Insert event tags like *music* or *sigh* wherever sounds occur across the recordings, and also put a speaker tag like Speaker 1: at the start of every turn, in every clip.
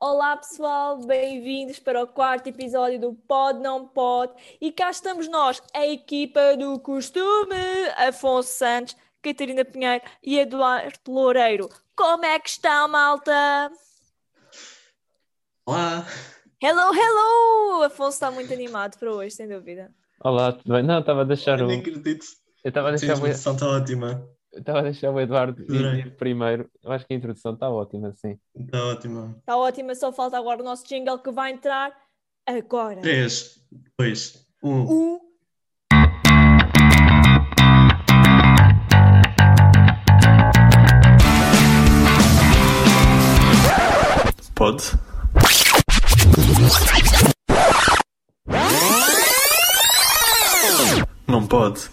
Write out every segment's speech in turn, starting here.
Speaker 1: Olá pessoal, bem-vindos para o quarto episódio do Pod Não Pod e cá estamos nós, a equipa do costume, Afonso Santos, Catarina Pinheiro e Eduardo Loureiro. Como é que está, malta?
Speaker 2: Olá!
Speaker 1: Hello, hello! Afonso está muito animado para hoje, sem dúvida.
Speaker 3: Olá, tudo bem? Não, estava a deixar
Speaker 2: Eu
Speaker 3: o.
Speaker 2: nem acredito.
Speaker 3: Eu estava Tá, a
Speaker 2: A
Speaker 3: deixar o.
Speaker 2: introdução está tá ótima.
Speaker 3: eu estava a deixar o Eduardo
Speaker 2: Adorei.
Speaker 3: ir primeiro. Eu acho que a introdução está ótima, sim.
Speaker 2: Está Tá ótima.
Speaker 1: Está ótima, só falta agora o nosso jingle que vai entrar agora.
Speaker 2: 3, 2, 1.
Speaker 1: Um.
Speaker 2: Pode? Não pode.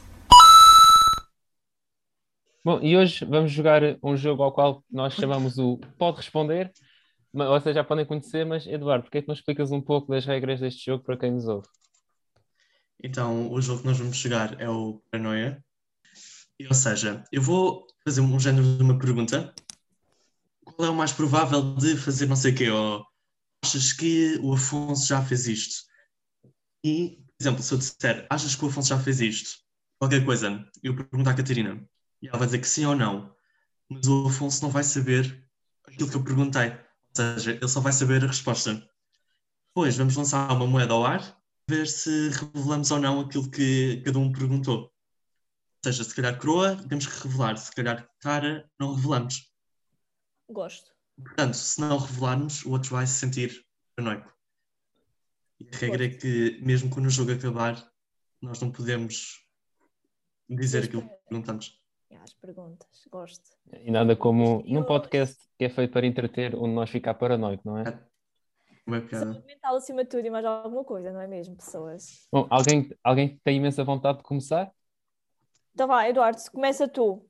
Speaker 3: Bom, e hoje vamos jogar um jogo ao qual nós chamamos o Pode Responder. Ma- Vocês já podem conhecer, mas Eduardo, porque é que não explicas um pouco das regras deste jogo para quem nos ouve?
Speaker 2: Então, o jogo que nós vamos chegar é o Paranoia. E, Ou seja, eu vou fazer um género de uma pergunta. Qual é o mais provável de fazer não sei o quê? Ou achas que o Afonso já fez isto? E, por exemplo, se eu disser, achas que o Afonso já fez isto? Qualquer coisa, eu pergunto à Catarina. E ela vai dizer que sim ou não. Mas o Afonso não vai saber aquilo que eu perguntei. Ou seja, ele só vai saber a resposta. Depois, vamos lançar uma moeda ao ar ver se revelamos ou não aquilo que cada um perguntou. Ou seja, se calhar coroa, temos que revelar, se calhar cara, não revelamos.
Speaker 1: Gosto.
Speaker 2: Portanto, se não revelarmos, o outro vai se sentir paranoico. E a regra é que, mesmo quando o jogo acabar, nós não podemos dizer aquilo que perguntamos.
Speaker 1: E As perguntas, gosto.
Speaker 3: E nada como num podcast que é feito para entreter, onde nós ficar paranoico, não é?
Speaker 2: Uma piada.
Speaker 1: Saúde mental acima de tudo e mais alguma coisa, não é mesmo, pessoas?
Speaker 3: Bom, alguém, alguém tem imensa vontade de começar?
Speaker 1: Então vá, Eduardo, começa tu.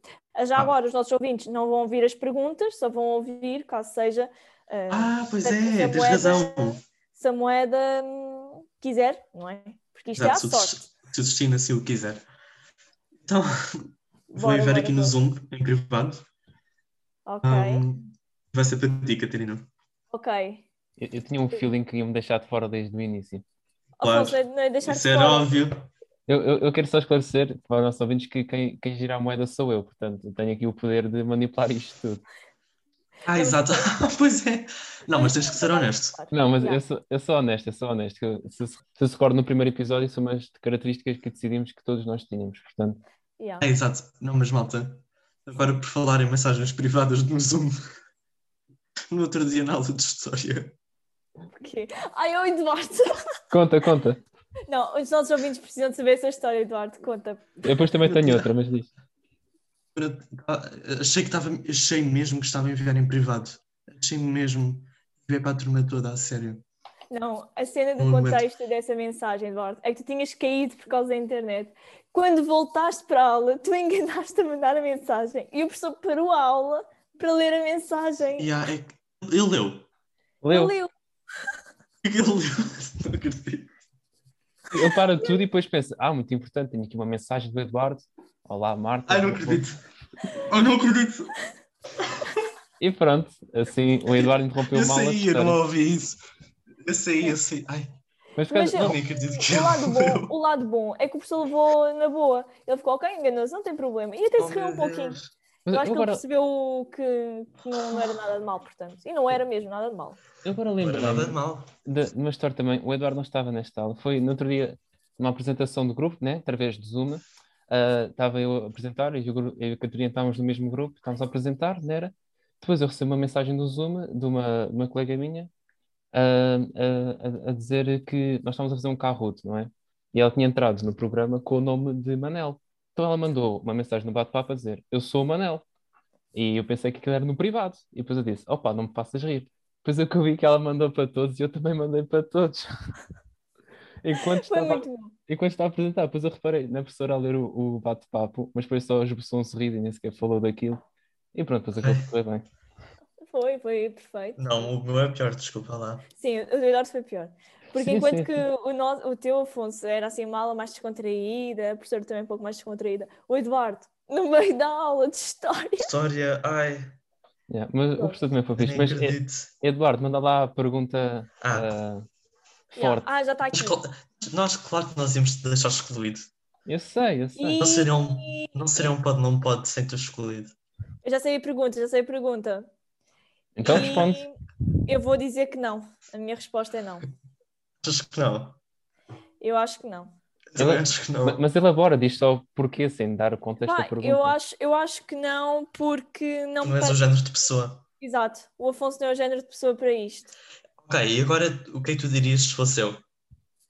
Speaker 1: Já
Speaker 2: Ah.
Speaker 1: agora os nossos ouvintes não vão ouvir as perguntas, só vão ouvir, caso seja, eh,
Speaker 2: Ah, pois
Speaker 1: Portanto, se
Speaker 2: é,
Speaker 1: a
Speaker 2: tens
Speaker 1: moeda-
Speaker 2: razão.
Speaker 1: se a moeda hum, quiser, não é? Porque isto
Speaker 2: Exato, se
Speaker 1: é
Speaker 2: o
Speaker 1: à sorte.
Speaker 2: des- se o destino assim o quiser. Então, vou
Speaker 1: Bora,
Speaker 2: enviar
Speaker 1: bora,
Speaker 2: aqui no
Speaker 1: bora.
Speaker 2: Zoom, em privado.
Speaker 1: Ok,
Speaker 2: Ahm, vai ser para ti, Catarina.
Speaker 1: ok.
Speaker 3: Eu, eu tinha um feeling que ia me deixar de fora desde o início.
Speaker 2: Claro.
Speaker 1: Afonso, não é deixar
Speaker 2: Isso era óbvio.
Speaker 3: Eu, eu- eu quero só esclarecer para os nossos ouvintes que quem, quem gira a moeda sou eu, portanto, eu tenho aqui o poder de manipular isto tudo.
Speaker 2: Ah, exato. *laughs* pois é. Não, mas tens que ser honesto.
Speaker 3: Não, mas
Speaker 1: Yeah.
Speaker 3: eu sou, eu sou honesto, eu sou honesto. que eu- Se, se se recordo no primeiro episódio, são umas características que decidimos que todos nós tínhamos, portanto.
Speaker 1: Yeah.
Speaker 2: Ah, exato. Não, mas malta. Agora por falar em mensagens privadas no Zoom. *laughs* No outro dia na aula de história.
Speaker 1: Ok. *laughs* Ai, eu, Eduardo. *laughs*
Speaker 3: Conta, conta.
Speaker 1: Não, os nossos ouvintes precisam de saber essa história, Eduardo, conta.
Speaker 3: Eu depois também tenho outra, mas diz.
Speaker 2: Para- ah, Achei que estava. Achei mesmo que estava a enviar em privado. Achei mesmo. Ver para a turma toda, a sério.
Speaker 1: Não, a cena do
Speaker 2: Um momento.
Speaker 1: contexto dessa mensagem, Eduardo, é que tu tinhas caído por causa da internet. Quando voltaste para a aula, tu enganaste a mandar a mensagem e o professor parou a aula para ler a mensagem.
Speaker 2: E há- é que- Ele leu. *laughs*
Speaker 3: Leu,
Speaker 1: Ele leu.
Speaker 2: Ele leu. Não acredito.
Speaker 3: ele para tudo e depois pensa: ah, muito importante, tenho aqui uma mensagem do Eduardo. Olá, Marta.
Speaker 2: Ai, Ah, não acredito. Ai, não acredito.
Speaker 3: E pronto, assim o Eduardo interrompeu
Speaker 2: Eu
Speaker 3: mal a
Speaker 2: saí, eu
Speaker 3: história.
Speaker 2: não ouvi isso. Eu saí, eu saí. Ai,
Speaker 3: Mas, por causa-
Speaker 1: Mas eu-
Speaker 2: eu
Speaker 3: não,
Speaker 2: nem acredito que
Speaker 1: O lado,
Speaker 2: ele
Speaker 1: bom,
Speaker 2: leu.
Speaker 1: o lado bom é que o professor levou na boa. Ele ficou, ok, enganou-se, não tem problema. E até
Speaker 2: Oh,
Speaker 1: se riu um pouquinho. Eu
Speaker 3: mas
Speaker 1: acho que ele
Speaker 3: agora,
Speaker 1: percebeu que, que não, não era nada de mal, portanto. E não era mesmo nada de mal.
Speaker 3: eu agora
Speaker 2: Não era
Speaker 3: lembrei-me.
Speaker 2: nada de mal.
Speaker 3: de, de uma história também, o Eduardo não estava nesta aula, foi no outro dia numa apresentação do grupo, né, através de Zoom, ah, estava eu a apresentar e o gru- eu e a Catarina estávamos no mesmo grupo, estávamos a apresentar, não era? Depois eu recebi uma mensagem do Zoom de uma, uma colega minha ah, a- a, a dizer que nós estávamos a fazer um carro não é? E ela tinha entrado no programa com o nome de Manel. Então ela mandou uma mensagem no bate-papo a dizer: Eu sou o Manel. E eu pensei que aquilo era no privado. E depois eu disse: Opa, não me faças rir. Depois eu que eu vi que ela mandou para todos e eu também mandei para todos. *laughs* Enquanto
Speaker 1: Foi
Speaker 3: estava,
Speaker 1: muito bom.
Speaker 3: enquanto estava a apresentar, depois eu reparei na professora a ler o, o bate-papo, mas depois só esboçou um sorriso e nem sequer falou daquilo. E pronto, depois aquilo foi bem.
Speaker 1: Foi, foi perfeito.
Speaker 2: Não, o meu é pior, desculpa lá.
Speaker 1: Sim, o do Eduardo foi pior. Porque
Speaker 3: Sim,
Speaker 1: enquanto
Speaker 3: sim,
Speaker 1: que O, nosso, o teu, Afonso, era assim uma aula mais descontraída, a professora também um pouco mais descontraída, o Eduardo, no meio da aula de história,
Speaker 2: História, ai.
Speaker 3: Yeah, Mas o professor também foi fixe.
Speaker 2: Nem
Speaker 3: Mas, Ed-
Speaker 2: acredito.
Speaker 3: Eduardo, manda lá a pergunta
Speaker 2: Ah,
Speaker 3: ah,
Speaker 1: Yeah.
Speaker 3: *laughs* forte.
Speaker 1: Ah, já está
Speaker 2: mas
Speaker 1: aqui.
Speaker 2: cla- nós, claro que nós íamos te deixar excluído.
Speaker 3: Eu sei, eu sei.
Speaker 2: Não seria um,
Speaker 1: E-
Speaker 2: não seria um pode, não pode sem tu excluído.
Speaker 1: Eu já sei a pergunta, já sei a pergunta.
Speaker 3: Então
Speaker 1: E
Speaker 3: responde.
Speaker 1: Eu vou dizer que não. A minha resposta é não.
Speaker 2: Achas que não?
Speaker 1: Eu acho que não.
Speaker 2: Eu também
Speaker 3: Ela-
Speaker 2: acho que não.
Speaker 3: Ma- Mas elabora, diz só o porquê, sem dar o contexto da
Speaker 1: Pá,
Speaker 3: pergunta.
Speaker 1: eu, acho, eu acho que não, porque não
Speaker 2: Tu
Speaker 1: me
Speaker 2: não és o
Speaker 1: parece.
Speaker 2: género de pessoa.
Speaker 1: Exato. O Afonso não é o género de pessoa para isto.
Speaker 2: Ok, e agora o que é que tu dirias se fosse eu?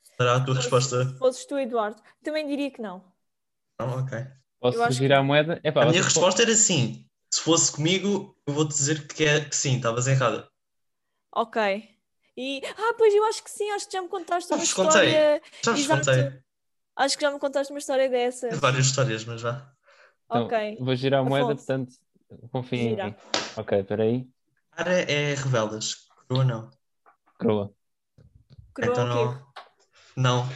Speaker 2: Será a tua
Speaker 1: Fosse-
Speaker 2: resposta?
Speaker 1: Se fosses tu, Eduardo, também diria que não.
Speaker 2: Não, ok.
Speaker 3: Posso
Speaker 1: eu acho
Speaker 3: girar a moeda? Epá,
Speaker 2: A
Speaker 3: você
Speaker 2: minha
Speaker 3: pode-
Speaker 2: resposta era sim. Se fosse comigo, eu vou dizer que, é, que sim, estavas errada.
Speaker 1: Ok. E, ah, pois eu acho que sim, acho que já me contaste
Speaker 2: Já
Speaker 1: uma
Speaker 2: vos contei.
Speaker 1: história.
Speaker 2: Já vos
Speaker 1: Exato.
Speaker 2: contei É
Speaker 1: Acho que já me contaste uma história dessa.
Speaker 2: várias histórias, mas vá.
Speaker 3: Então,
Speaker 1: ok.
Speaker 3: Vou girar a moeda,
Speaker 1: Afonso.
Speaker 3: portanto, confia em
Speaker 1: Gira.
Speaker 3: mim. Ok, espera aí.
Speaker 2: Cara é revelas, crua não.
Speaker 3: Croa.
Speaker 1: Croa
Speaker 2: então
Speaker 1: o quê?
Speaker 2: não. Não,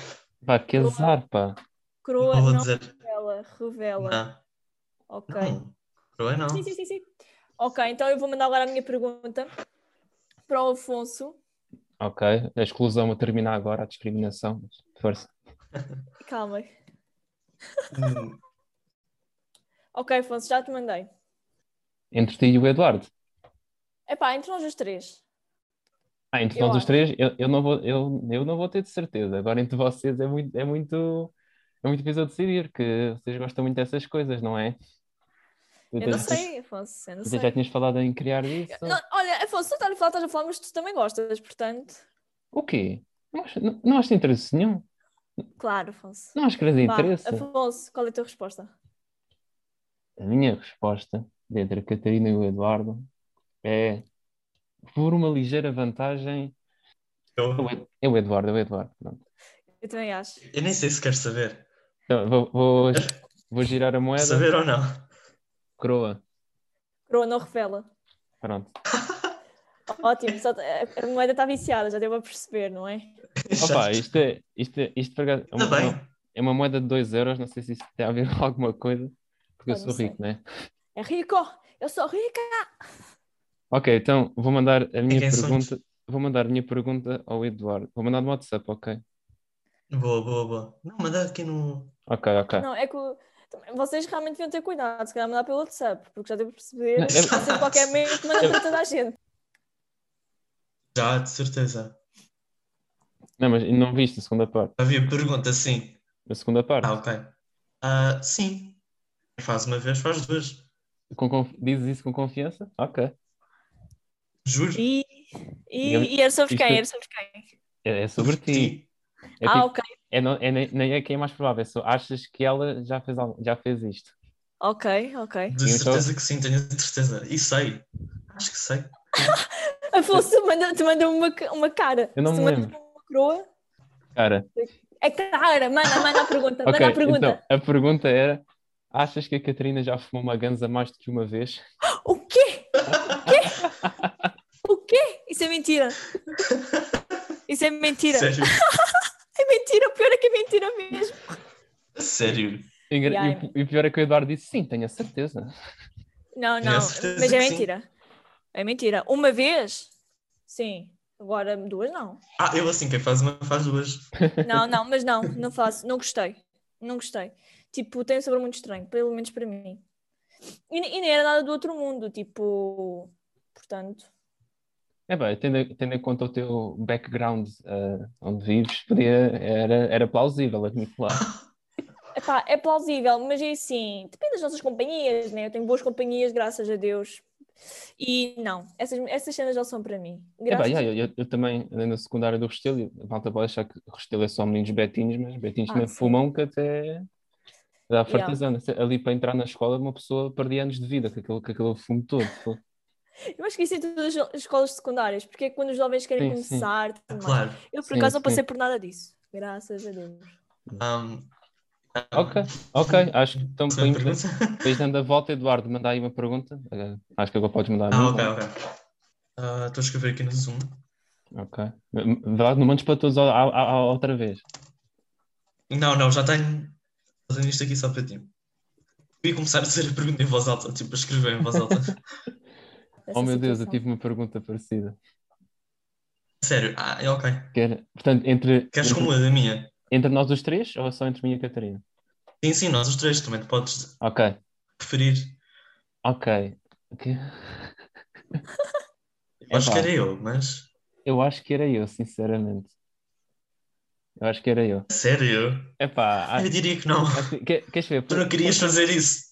Speaker 3: Pá, que
Speaker 1: Croa.
Speaker 3: azar, pá.
Speaker 1: Croa,
Speaker 2: não vou
Speaker 1: não
Speaker 2: dizer.
Speaker 1: revela. Revela.
Speaker 2: Não,
Speaker 1: Ok.
Speaker 2: não. Crua não.
Speaker 1: Sim, sim, sim, sim. Ok, então eu vou mandar agora a minha pergunta para o Afonso.
Speaker 3: Ok, a exclusão a terminar agora, a discriminação. Força.
Speaker 1: Calma.
Speaker 2: Hum,
Speaker 1: Ok, Afonso, já te mandei.
Speaker 3: Entre ti e o Eduardo.
Speaker 1: Epá, entre nós os três.
Speaker 3: Ah, entre
Speaker 1: Eu
Speaker 3: nós os
Speaker 1: acho.
Speaker 3: três, eu, eu, não vou, eu, eu não vou ter de certeza. Agora entre vocês é muito, é muito, é muito difícil decidir, que vocês gostam muito dessas coisas, não é? Tu
Speaker 1: Eu não
Speaker 3: tens-
Speaker 1: sei, Afonso. Eu não
Speaker 3: tu
Speaker 1: sei.
Speaker 3: já tinhas falado em criar isso?
Speaker 1: Não, olha, Afonso, tu estás a falar, estás a falar, mas tu também gostas, portanto.
Speaker 3: O quê? Não acho, não, não acho interesse nenhum.
Speaker 1: Claro, Afonso.
Speaker 3: Não acho que era de
Speaker 1: Vá,
Speaker 3: interesse.
Speaker 1: Afonso, qual é a tua resposta?
Speaker 3: A minha resposta, entre a Catarina e o Eduardo, é por uma ligeira vantagem. É
Speaker 2: eu,
Speaker 3: o Ed- é o Eduardo, é o Eduardo. Pronto.
Speaker 1: Eu também acho.
Speaker 2: eu nem sei se quero saber.
Speaker 3: Então, vou, vou, vou girar a moeda.
Speaker 2: Saber ou não?
Speaker 3: Croa.
Speaker 1: Croa não revela.
Speaker 3: Pronto.
Speaker 1: Ótimo, só- a a moeda está viciada, já deu para perceber, não é?
Speaker 3: Opa, isto é, isto é, isto por acaso é,
Speaker 2: Ainda
Speaker 3: uma,
Speaker 2: Tá bem.
Speaker 3: é uma moeda de 2 euros, não sei se isso tem a ver *laughs* com alguma coisa, porque eu
Speaker 1: Ah, não
Speaker 3: sou rico, né?
Speaker 1: É rico! Eu sou rica!
Speaker 3: Ok, então vou mandar a minha
Speaker 2: quem somos?
Speaker 3: pergunta, vou mandar a minha pergunta ao Eduardo. Vou mandar no WhatsApp, ok?
Speaker 2: Boa, boa, boa. Não, manda aqui no.
Speaker 3: Ok, ok.
Speaker 1: Não, é que o- também- vocês realmente deviam ter cuidado, se calhar mandar pelo WhatsApp, porque já deu para perceber.
Speaker 3: Não, é-
Speaker 1: Vocês de qualquer momento mandam
Speaker 3: Eu-
Speaker 1: para toda a gente.
Speaker 2: Já, de certeza.
Speaker 3: Não, mas não viste a segunda parte.
Speaker 2: Havia pergunta, sim.
Speaker 3: A segunda parte.
Speaker 2: Ah, ok. Ah, sim. Faz uma vez, faz duas.
Speaker 3: Com conf- Dizes isso com confiança? Ok.
Speaker 2: Juro.
Speaker 1: E,
Speaker 3: Digamos-
Speaker 1: e, e era sobre
Speaker 3: isto-
Speaker 1: quem? Era sobre quem?
Speaker 3: É, é sobre ti.
Speaker 2: Sim.
Speaker 3: É,
Speaker 1: ah,
Speaker 3: tipo-
Speaker 1: ok,
Speaker 3: é não- é nem, nem é quem é mais provável, é só achas que ela já fez, al- já fez isto.
Speaker 1: ok, ok.
Speaker 2: De
Speaker 3: Então-
Speaker 2: certeza que sim, tenho certeza. E sei.
Speaker 1: Ah.
Speaker 2: Acho que sei.
Speaker 1: Afonso, tu manda, tu manda uma, ca- uma cara.
Speaker 3: Eu não
Speaker 1: Se
Speaker 3: me
Speaker 1: mandas
Speaker 3: lembro.
Speaker 1: uma croa.
Speaker 3: Cara,
Speaker 1: É cara, manda, manda a pergunta,
Speaker 3: ok,
Speaker 1: manda a pergunta.
Speaker 3: então a pergunta era: achas que a Catarina já fumou uma ganza mais do que uma vez?
Speaker 1: O quê? O quê? O quê? Isso é mentira. Isso é mentira. *laughs*
Speaker 2: Sério.
Speaker 1: É mentira, o pior é que é mentira mesmo.
Speaker 2: Sério.
Speaker 3: Engra-
Speaker 1: Yeah,
Speaker 3: e, o- e o pior é que o Eduardo disse: sim, tenho a certeza.
Speaker 1: Não,
Speaker 2: Tenho a
Speaker 1: não,
Speaker 2: certeza
Speaker 1: mas é
Speaker 2: que sim.
Speaker 1: mentira. É mentira. Uma vez, sim. Agora duas não.
Speaker 2: Ah, eu assim, quem faz uma faz duas.
Speaker 1: Não, não, mas não, não faço. Não gostei. Não gostei. Tipo, tem um sabor muito estranho, pelo menos para mim. E, ne- e nem era nada do outro mundo, tipo. Portanto.
Speaker 3: É bem, tendo, em- tendo em conta o teu background ah, onde vives, podia, era, era plausível, admito
Speaker 1: *laughs*
Speaker 3: lá.
Speaker 1: Epá, é plausível, mas é assim, depende das nossas companhias, né? Eu tenho boas companhias, graças a Deus. E não, essas, essas cenas já são para mim.
Speaker 3: É
Speaker 1: Graças
Speaker 3: eu, eu- eu também andei na secundária do Restelo, e a malta pode achar que Restelo é só meninos betinhos, mas betinhos
Speaker 1: Ah,
Speaker 3: também
Speaker 1: sim.
Speaker 3: fumam que até dá fartazana. Se- Ali para entrar na escola uma pessoa perdia anos de vida com aquele, com aquele fumo todo. Foi-
Speaker 1: Eu acho que isso é tudo as jo- escolas secundárias, porque é quando os jovens querem
Speaker 3: Sim, sim.
Speaker 1: começar. tudo mais.
Speaker 2: Claro.
Speaker 1: Eu, por
Speaker 3: Sim,
Speaker 1: acaso, não
Speaker 3: sim.
Speaker 1: passei por nada disso. Graças a Deus.
Speaker 2: Um,
Speaker 3: Ok, ok, acho que então
Speaker 2: Segunda
Speaker 3: podemos,
Speaker 2: ah, pergunta?
Speaker 3: depois dando a volta, Eduardo, manda aí uma pergunta. Eh, Acho que agora podes mandar a
Speaker 2: Ah,
Speaker 3: mim,
Speaker 2: ok,
Speaker 3: não é?
Speaker 2: ok. Ah, Estou a escrever aqui no Zoom.
Speaker 3: Ok. M- Eduardo, não mandes para todos ao- ao- ao- outra vez.
Speaker 2: Não, não, já tenho. Fazendo isto aqui só
Speaker 3: *laughs*
Speaker 2: para ti. Queria começar a dizer a pergunta em voz alta, tipo, a escrever em voz alta.
Speaker 1: dessa
Speaker 3: Oh meu Deus, eu
Speaker 1: situação.
Speaker 3: tive uma pergunta parecida.
Speaker 2: Sério, ah, é ok.
Speaker 3: Que era, portanto, entre,
Speaker 2: Queres
Speaker 3: entre,
Speaker 2: como é da minha?
Speaker 3: entre nós os três ou só entre mim e a Catarina?
Speaker 2: Sim, sim, nós os três também te podes
Speaker 3: Ok,
Speaker 2: preferir.
Speaker 3: ok. Que-
Speaker 2: Eu acho que
Speaker 3: Epá.
Speaker 2: era eu, mas.
Speaker 3: Eu acho que era eu, sinceramente. Eu acho que era eu.
Speaker 2: Sério?
Speaker 3: Epá,
Speaker 2: Eu
Speaker 3: acho,
Speaker 2: diria que não.
Speaker 3: acho, que- queres ver?
Speaker 2: Tu não querias fazer isso.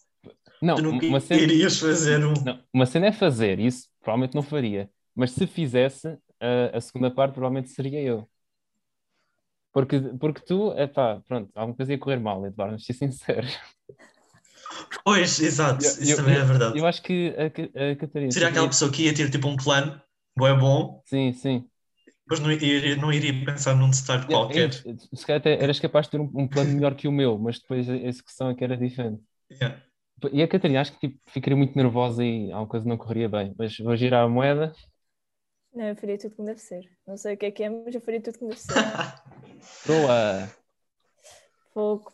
Speaker 3: Não,
Speaker 2: Tu não
Speaker 3: uma cena,
Speaker 2: querias fazer um.
Speaker 3: Não, uma cena é fazer, isso provavelmente não faria. Mas se fizesse, a, a segunda parte provavelmente seria eu. Porque, porque tu, epá, pronto, alguma coisa ia correr mal, Eduardo, vamos ser sinceros.
Speaker 2: Pois, exato,
Speaker 3: Eu-
Speaker 2: isso
Speaker 3: eu-
Speaker 2: também é verdade.
Speaker 3: Eu acho que a, Ca- a Catarina.
Speaker 2: Seria aquela pessoa que ia ter tipo um plano, bom é bom,
Speaker 3: Sim, sim.
Speaker 2: mas não iria, não iria pensar num
Speaker 3: É,
Speaker 2: detalhe qualquer.
Speaker 3: Eu- eu- se calhar até eras capaz de ter um, um plano melhor que o meu, mas depois a execução é que era diferente.
Speaker 2: Yeah.
Speaker 3: E a Catarina, acho que tipo, ficaria muito nervosa e alguma coisa não correria bem. Mas vou girar a moeda.
Speaker 1: Não, eu faria tudo como deve ser. Não sei o que é que é, mas eu faria tudo como deve ser.
Speaker 3: Estou a.
Speaker 1: Fogo.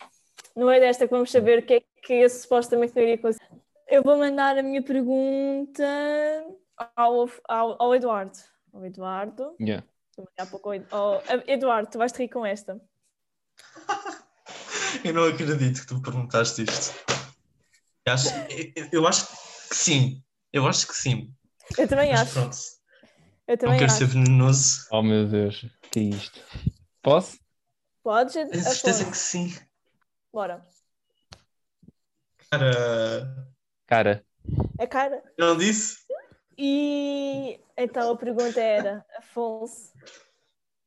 Speaker 1: Não é desta que vamos saber o que é que eu supostamente não iria conseguir. Eu vou mandar a minha pergunta ao, ao, ao Eduardo. Ao Eduardo.
Speaker 3: Yeah.
Speaker 1: Vou mandar para o Ed- ao- Eduardo, tu vais te rir com esta.
Speaker 2: Eu não acredito que tu me perguntaste isto. Eu acho, eu- eu acho que sim. Eu acho que sim.
Speaker 1: Eu também
Speaker 2: Mas
Speaker 1: acho.
Speaker 2: pronto,
Speaker 1: Eu
Speaker 2: não
Speaker 1: também
Speaker 2: quero
Speaker 1: acho.
Speaker 2: ser venenoso.
Speaker 3: Oh meu Deus, que é isto? Posso?
Speaker 1: Podes,
Speaker 2: Tenho certeza
Speaker 1: Afonso.
Speaker 2: que sim.
Speaker 1: Bora.
Speaker 2: Cara,
Speaker 3: Cara.
Speaker 1: A cara.
Speaker 2: eu não disse?
Speaker 1: E então a pergunta era, Afonso.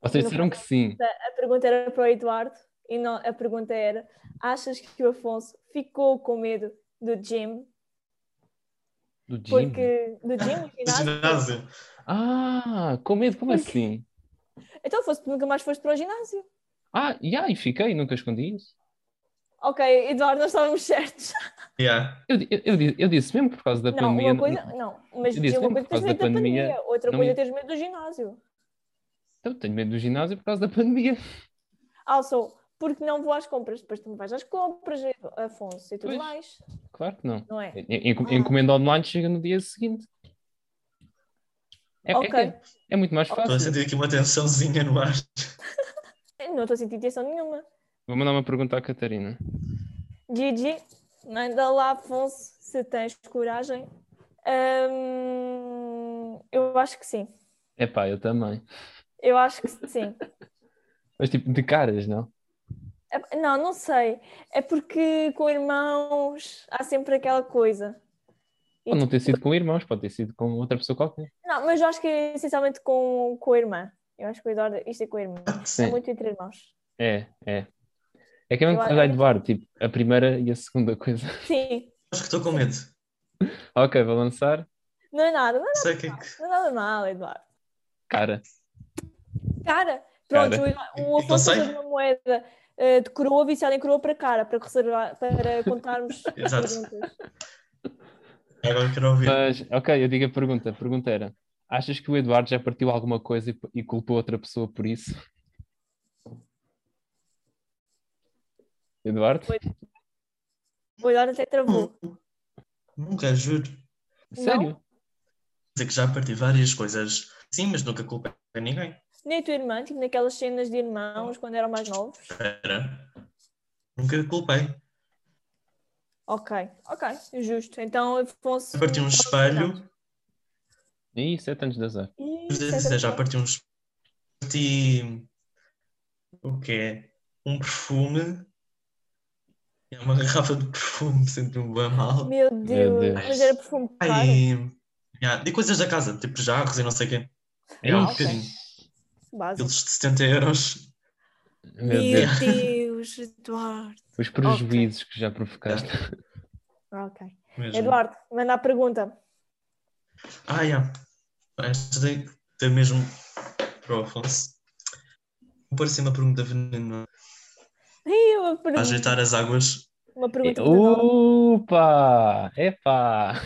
Speaker 3: Vocês
Speaker 1: No é,
Speaker 3: disseram que sim.
Speaker 1: A pergunta era para o Eduardo. E não, a pergunta era: achas que o Afonso ficou com medo do Jim?
Speaker 3: Do Jim.
Speaker 1: Porque. Do Jim?
Speaker 2: No ginásio.
Speaker 3: Ah, com medo, como
Speaker 1: Porque-
Speaker 3: assim?
Speaker 1: Então foste, nunca mais foste para o ginásio.
Speaker 3: Ah, e aí fiquei, nunca escondi isso.
Speaker 1: Ok, Eduardo, nós estávamos certos.
Speaker 2: Yeah.
Speaker 3: Eu, di- eu, eu di- eu disse mesmo por causa da
Speaker 1: Não,
Speaker 3: pandemia.
Speaker 1: uma coisa, não, mas
Speaker 3: eu disse
Speaker 1: tinha uma coisa
Speaker 3: mesmo, por
Speaker 1: tens medo
Speaker 3: causa da
Speaker 1: da pandemia,
Speaker 3: pandemia,
Speaker 1: outra
Speaker 3: não
Speaker 1: coisa
Speaker 3: ia-
Speaker 1: tens medo do ginásio.
Speaker 3: Eu então tenho medo do ginásio por causa da pandemia. *laughs*
Speaker 1: Also, porque não vou às compras, depois tu me vais às compras, Afonso, e tudo
Speaker 3: Pois.
Speaker 1: mais,
Speaker 3: Claro que não.
Speaker 1: não é?
Speaker 3: En- en-
Speaker 1: Ah.
Speaker 3: Encomenda online chega no dia seguinte. É, é-
Speaker 1: Ok.
Speaker 3: é, é muito mais
Speaker 2: Estou a
Speaker 3: fácil.
Speaker 2: sentir aqui uma tensãozinha no ar.
Speaker 1: Não estou a sentir tensão nenhuma.
Speaker 3: Vou mandar uma pergunta à Catarina.
Speaker 1: Gigi, manda lá, Afonso, se tens coragem. Hum, eu acho que sim.
Speaker 3: Epá, eu também.
Speaker 1: Eu acho que sim.
Speaker 3: Mas tipo, de caras, não?
Speaker 1: É- Não, não sei. É porque com irmãos há sempre aquela coisa. E
Speaker 3: Pode não ter sido com irmãos, pode ter sido com outra pessoa qualquer.
Speaker 1: Não, mas eu acho que é essencialmente com, com a irmã. Eu acho que o Eduardo, isto é com a irmã. É
Speaker 3: Sim.
Speaker 1: muito entre irmãos.
Speaker 3: É, é. É que é mesmo
Speaker 1: Eu-
Speaker 3: com a Eduardo, tipo, a primeira e a segunda *laughs* coisa.
Speaker 1: Sim,
Speaker 2: Acho que estou com medo.
Speaker 3: Ok, vou lançar.
Speaker 1: não é nada, não é,
Speaker 2: Não sei o que é que.
Speaker 1: não é nada mal, Eduardo.
Speaker 3: Cara.
Speaker 1: Cara, pronto,
Speaker 3: Cara.
Speaker 1: o Eduardo- o
Speaker 2: Não
Speaker 1: Afonso
Speaker 2: sei.
Speaker 1: fez uma moeda eh, de coroa, viciada em coroa para cara, para, reservar, para
Speaker 2: *laughs*
Speaker 1: contarmos as
Speaker 2: Exato.
Speaker 1: perguntas.
Speaker 2: Agora quero ouvir.
Speaker 3: Mas, ok, eu digo a pergunta. A pergunta era: achas que o Eduardo já partiu alguma coisa e, e culpou outra pessoa por isso? Eduardo?
Speaker 1: Foi. O Eduardo até travou.
Speaker 2: Nunca, juro.
Speaker 3: Sério?
Speaker 2: dizer que já parti várias coisas. Sim, mas nunca culpei ninguém.
Speaker 1: Nem a tua irmã, tipo naquelas cenas de irmãos quando eram mais novos.
Speaker 2: Era. Nunca culpei.
Speaker 1: Ok, ok, justo. Então, Afonso.
Speaker 2: Já parti um espelho.
Speaker 3: Ih, sete anos de azar.
Speaker 1: Ih, é
Speaker 2: quer dizer, Já parti um espelho. Parti. O que é? Um perfume. É uma *laughs* garrafa de perfume, sinto-me bem mal.
Speaker 1: Meu Deus.
Speaker 3: Deus.
Speaker 1: mas era perfume caro.
Speaker 2: Ai, yeah, de coisas da casa, tipo jarros e não sei o quê. É
Speaker 3: Ei,
Speaker 2: um
Speaker 1: ok.
Speaker 2: bocadinho.
Speaker 1: Básico.
Speaker 2: Aqueles de 70 euros.
Speaker 3: Meu Deus,
Speaker 1: Deus, Eduardo.
Speaker 3: os prejuízos que já provocaste.
Speaker 1: Ah, Ok.
Speaker 2: Mesmo.
Speaker 1: Eduardo, manda a pergunta.
Speaker 2: Ah, yeah. Esta tem que ter mesmo para o Afonso. Vou pôr assim uma pergunta venenosa.
Speaker 1: Ih, uma
Speaker 2: A
Speaker 1: pergunta.
Speaker 2: ajeitar as águas.
Speaker 1: Uma pergunta venenosa.
Speaker 3: Opa! Epá!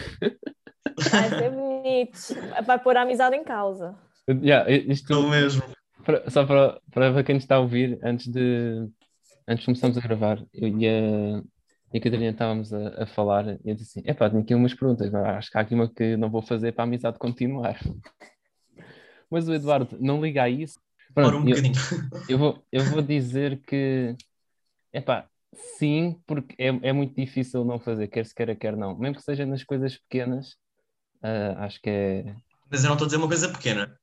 Speaker 1: Vai ser bonito. Vai pôr a amizade em causa.
Speaker 3: Yeah, isto-
Speaker 2: Não mesmo.
Speaker 3: Para- só para, para quem nos está a ouvir, antes de, antes de começarmos a gravar, eu e a, e a Catarina estávamos a, a falar e eu disse assim, epá, tenho aqui umas perguntas, mas acho que há aqui uma que não vou fazer para a amizade continuar. *laughs* Mas o Eduardo não liga a isso.
Speaker 2: Ora,
Speaker 3: Pronto,
Speaker 2: um
Speaker 3: eu-
Speaker 2: bocadinho.
Speaker 3: eu vou, eu vou dizer que, epá, sim, porque é, é muito difícil não fazer, quer se queira, quer não. Mesmo que seja nas coisas pequenas, ah, acho que é.
Speaker 2: Mas eu não estou a dizer uma coisa pequena.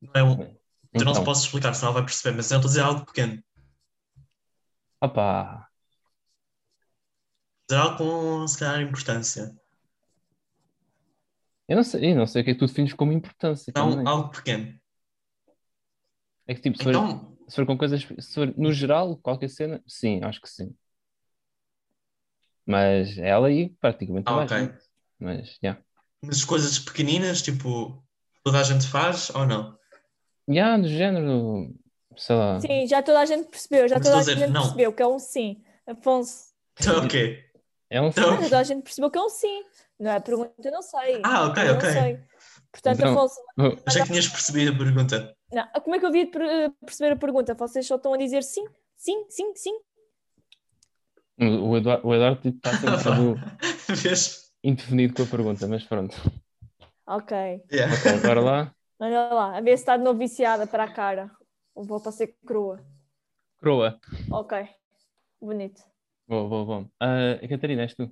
Speaker 2: Não é um- eu não te
Speaker 3: Então,
Speaker 2: posso explicar, senão vai perceber, mas eu não estou a dizer algo pequeno.
Speaker 3: opá,
Speaker 2: Dizer algo com, se calhar, importância.
Speaker 3: eu não sei, eu não sei o que é que tu defines como importância
Speaker 2: Não,
Speaker 3: também.
Speaker 2: Então, algo pequeno.
Speaker 3: É que tipo, se for,
Speaker 2: Então,
Speaker 3: se for com coisas, se for no geral, qualquer cena, sim, acho que sim. Mas ela aí, praticamente
Speaker 2: Ah,
Speaker 3: não
Speaker 2: ok.
Speaker 3: acho, Mas, já. Yeah.
Speaker 2: mas coisas pequeninas, tipo, toda a gente faz ou não?
Speaker 3: Yeah, do género, sei lá.
Speaker 1: Sim, já toda a gente percebeu, já
Speaker 2: Ah. Mas
Speaker 1: toda a
Speaker 2: estou a dizer
Speaker 1: gente
Speaker 2: não.
Speaker 1: percebeu que é um sim. Afonso,
Speaker 2: Então, ok.
Speaker 3: É um
Speaker 1: já
Speaker 2: Então-
Speaker 1: toda a gente percebeu que é um sim. Não é a pergunta, eu não sei.
Speaker 2: Ah, ok,
Speaker 1: eu
Speaker 2: ok.
Speaker 1: não sei. Portanto,
Speaker 3: Então-
Speaker 1: Afonso,
Speaker 2: Achei que tinhas percebido a pergunta. *laughs*
Speaker 1: não, como é que eu havia de per- perceber a pergunta? Vocês só estão a dizer sim, sim, sim, sim.
Speaker 3: O Eduardo, o Eduardo está sempre um
Speaker 2: *laughs*
Speaker 3: bocado
Speaker 2: Vês?
Speaker 3: indefinido com a pergunta, mas pronto.
Speaker 1: Ok.
Speaker 2: Yeah.
Speaker 3: Ok, bora lá.
Speaker 1: Olha lá, a ver se está de novo viciada para a cara. Ou volta a ser crua.
Speaker 3: Croa.
Speaker 1: Ok. Bonito.
Speaker 3: Boa, boa, boa. Ah, Catarina, és tu?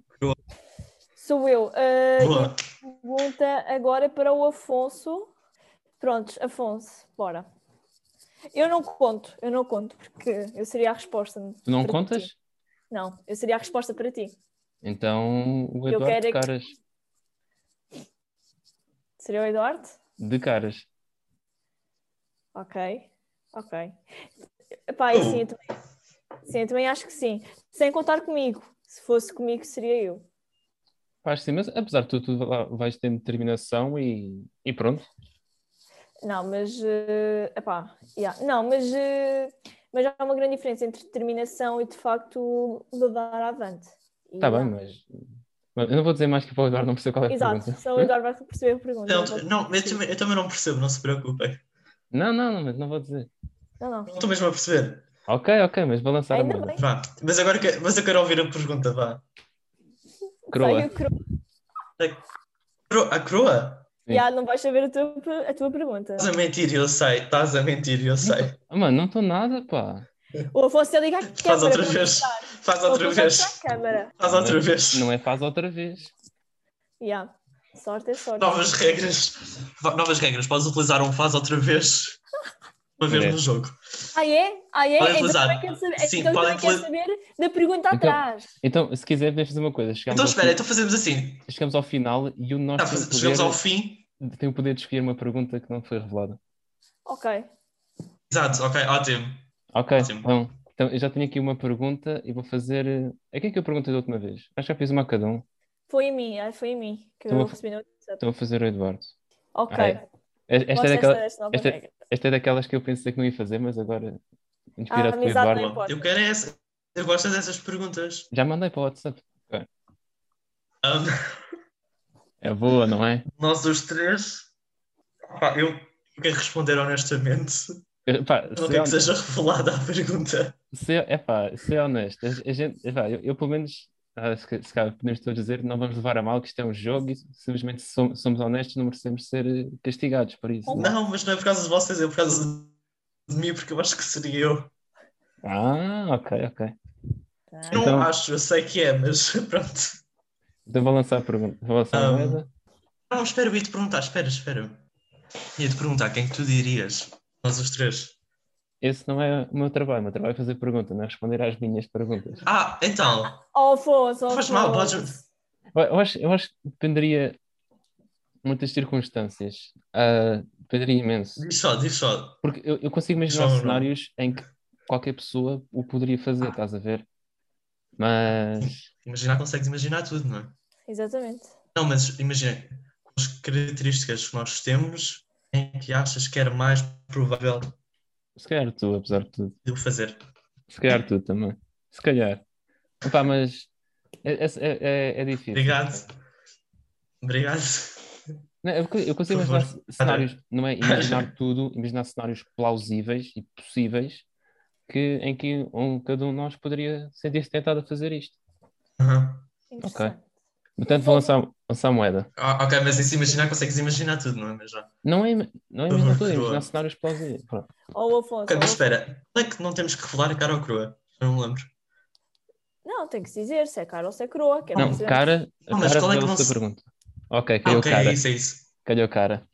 Speaker 1: Sou eu. Ah,
Speaker 2: Boa.
Speaker 1: Pergunta agora para o Afonso. Prontos, Afonso, bora. Eu não conto, eu não conto, porque eu seria a resposta.
Speaker 3: Tu não
Speaker 1: para ti.
Speaker 3: contas?
Speaker 1: Não, eu seria a resposta para ti.
Speaker 3: Então o
Speaker 1: Eu
Speaker 3: Eduardo
Speaker 1: quero é
Speaker 3: de
Speaker 1: que-
Speaker 3: caras.
Speaker 1: Seria o Eduardo?
Speaker 3: De caras.
Speaker 1: Ok, ok. Epá, e sim, eu também, sim, eu também acho que sim. Sem contar comigo. Se fosse comigo, seria eu.
Speaker 3: Faz sim, mas apesar de tudo, tu lá vais tendo determinação e, e pronto.
Speaker 1: Não, mas. eh, epá, yeah. Não, mas. eh, mas há uma grande diferença entre determinação e, de facto, levar avante. E,
Speaker 3: Está Tá bem,
Speaker 1: yeah.
Speaker 3: mas. mas Eu não vou dizer mais que para o Eduardo não percebo qual é a
Speaker 1: Exato,
Speaker 3: pergunta.
Speaker 1: só o Eduardo vai perceber a pergunta.
Speaker 2: Não,
Speaker 1: não vou-
Speaker 2: Então, não, eu também, eu também não percebo, não se preocupem.
Speaker 3: *laughs* Não, não, não, mas não vou dizer.
Speaker 1: Não, não.
Speaker 3: Tá
Speaker 2: Não estou mesmo a perceber.
Speaker 3: Ok, ok, mas vou lançar a
Speaker 1: Ainda
Speaker 3: merda.
Speaker 1: bem.
Speaker 2: Vá. Mas agora que- mas eu quero ouvir a pergunta, vá.
Speaker 3: Croa.
Speaker 1: Sai o cro-
Speaker 2: Cro- A croa?
Speaker 3: Sim.
Speaker 1: Já, não vais saber a tua, per- a tua pergunta.
Speaker 2: Estás a mentir, eu sei. Estás a mentir, eu sei.
Speaker 3: Ah, Mano, não estou nada, pá.
Speaker 1: O Afonso ia ligar a câmara.
Speaker 2: Faz outra
Speaker 1: para
Speaker 2: vez.
Speaker 1: mostrar.
Speaker 2: Faz
Speaker 1: O
Speaker 2: outra
Speaker 1: Afonso vai
Speaker 2: vez.
Speaker 1: mostrar a câmara.
Speaker 2: Faz outra vez.
Speaker 3: Não é faz outra vez.
Speaker 1: Já. Sorte é sorte.
Speaker 2: Novas regras. Va- Novas regras. Podes utilizar um faz outra vez. *laughs* Uma vez
Speaker 3: É.
Speaker 2: no jogo.
Speaker 1: Ah, é? Ah, é? Então
Speaker 2: Podem utilizar.
Speaker 1: também quero saber,
Speaker 2: Sim,
Speaker 1: então também
Speaker 2: podem
Speaker 1: quero
Speaker 2: utili-
Speaker 1: saber da pergunta
Speaker 3: Então-
Speaker 1: atrás.
Speaker 3: Então, se quiser, podemos fazer uma coisa. Chegamos,
Speaker 2: Então
Speaker 3: ao,
Speaker 2: espera,
Speaker 3: fim-
Speaker 2: então fazemos assim.
Speaker 3: chegamos ao final e o
Speaker 2: Tá,
Speaker 3: nosso
Speaker 2: faz- chegamos ao fim.
Speaker 3: tem o poder de escolher uma pergunta que não foi revelada.
Speaker 1: Ok.
Speaker 2: Exato, ok, ótimo.
Speaker 3: Ok,
Speaker 2: Ótimo.
Speaker 3: então, então eu já tenho aqui uma pergunta e vou fazer. eh, A quem é que eu perguntei da última vez? Acho que já fiz uma a cada um.
Speaker 1: Foi a mim, ah, foi a mim que
Speaker 3: Então
Speaker 1: eu
Speaker 3: vou-
Speaker 1: recebi no WhatsApp.
Speaker 3: Estou a fazer o Eduardo.
Speaker 1: Ok.
Speaker 3: Ah, é. Es-
Speaker 1: Gosto
Speaker 3: Esta é,
Speaker 1: desta-
Speaker 3: daquela-
Speaker 1: desta nova
Speaker 3: esta-
Speaker 1: regra.
Speaker 3: esta é daquelas que eu pensei que não ia fazer, mas agora,
Speaker 1: Ah,
Speaker 3: inspirado pelo
Speaker 1: amizade
Speaker 3: Eduardo,
Speaker 1: não importa.
Speaker 2: Eu quero essa. Eu gosto é dessas perguntas.
Speaker 3: já mandei para o WhatsApp.
Speaker 2: Ahm, *laughs*
Speaker 3: É boa, não é?
Speaker 2: nós os três. Pá, eu eu quero responder honestamente.
Speaker 3: Eh, Pá,
Speaker 2: Não
Speaker 3: se,
Speaker 2: quero
Speaker 3: é,
Speaker 2: que seja revelada a pergunta.
Speaker 3: se, é, epá, se é honesto, a, a gente, epá, eu, eu pelo menos, ah, se, ca- se calhar podemos todos dizer, não vamos levar a mal que isto é um jogo e simplesmente se somos, somos honestos, não merecemos ser eh, castigados por isso.
Speaker 2: Não, mas não é por causa de vocês, é por causa de mim, porque eu acho que seria eu.
Speaker 3: Ah, ok, ok.
Speaker 2: Eu
Speaker 3: Então-
Speaker 2: Não acho, eu sei que é, mas *laughs* pronto.
Speaker 3: Então vou lançar a pergunta. Vou lançar a
Speaker 2: Ah,
Speaker 3: moeda.
Speaker 2: Não, espera, eu ia te perguntar, espera, espera. Ia te perguntar quem é que tu dirias, nós os três.
Speaker 3: Esse não é o meu trabalho. O meu trabalho é fazer pergunta, não é responder às minhas perguntas.
Speaker 2: Ah, então,
Speaker 1: Oh, Afonso,
Speaker 2: não faz
Speaker 1: Afonso.
Speaker 2: mal, podes.
Speaker 3: Eu, eu acho, eu acho que dependeria de muitas circunstâncias. Ah, dependeria imenso.
Speaker 2: Diz só, diz só.
Speaker 3: Porque eu, eu consigo imaginar
Speaker 2: Só um não.
Speaker 3: cenários em que qualquer pessoa o poderia fazer, estás a ver? Mas.
Speaker 2: Imaginar, consegues imaginar tudo, não é?
Speaker 1: Exatamente.
Speaker 2: Não, mas imagina, com as características que nós temos, em que achas que era mais provável
Speaker 3: Se calhar tu, apesar de tudo.
Speaker 2: de o fazer?
Speaker 3: Se calhar tu também. Se calhar. Epá, mas. É, é, é- é difícil.
Speaker 2: Obrigado. Obrigado. *laughs*
Speaker 3: Não, eu, co- eu consigo
Speaker 2: Por
Speaker 3: imaginar
Speaker 2: favor.
Speaker 3: ce- cenários, não é?
Speaker 2: *coughs*
Speaker 3: Imaginar tudo, imaginar cenários plausíveis e possíveis que, em que um, cada um de nós poderia sentir-se tentado a fazer isto.
Speaker 2: Aham.
Speaker 1: Interessante.
Speaker 3: Portanto, vou lançar, lançar a moeda.
Speaker 2: Ah, ok, mas isso imaginar, consegues imaginar tudo, não é mesmo?
Speaker 3: Não é, não é mesmo tudo,
Speaker 2: Boa.
Speaker 3: é imaginar cenários plausíveis. Pronto.
Speaker 1: Ou Afonso.
Speaker 2: Ok,
Speaker 1: ou
Speaker 2: mas
Speaker 1: Afonso.
Speaker 2: espera, qual é que não temos que revelar a cara ou crua? Eu não me lembro.
Speaker 1: Não, tem que se dizer se é cara ou se é coroa. Que é
Speaker 3: Não,
Speaker 1: para saber.
Speaker 3: cara, a
Speaker 2: Não, mas
Speaker 3: cara
Speaker 2: qual é que
Speaker 3: revelou-se
Speaker 2: não
Speaker 3: a
Speaker 2: se-
Speaker 3: pergunta. Ok,
Speaker 2: Ah,
Speaker 3: calhou
Speaker 2: ok,
Speaker 3: cara.
Speaker 2: é isso, é isso.
Speaker 3: Calhou cara.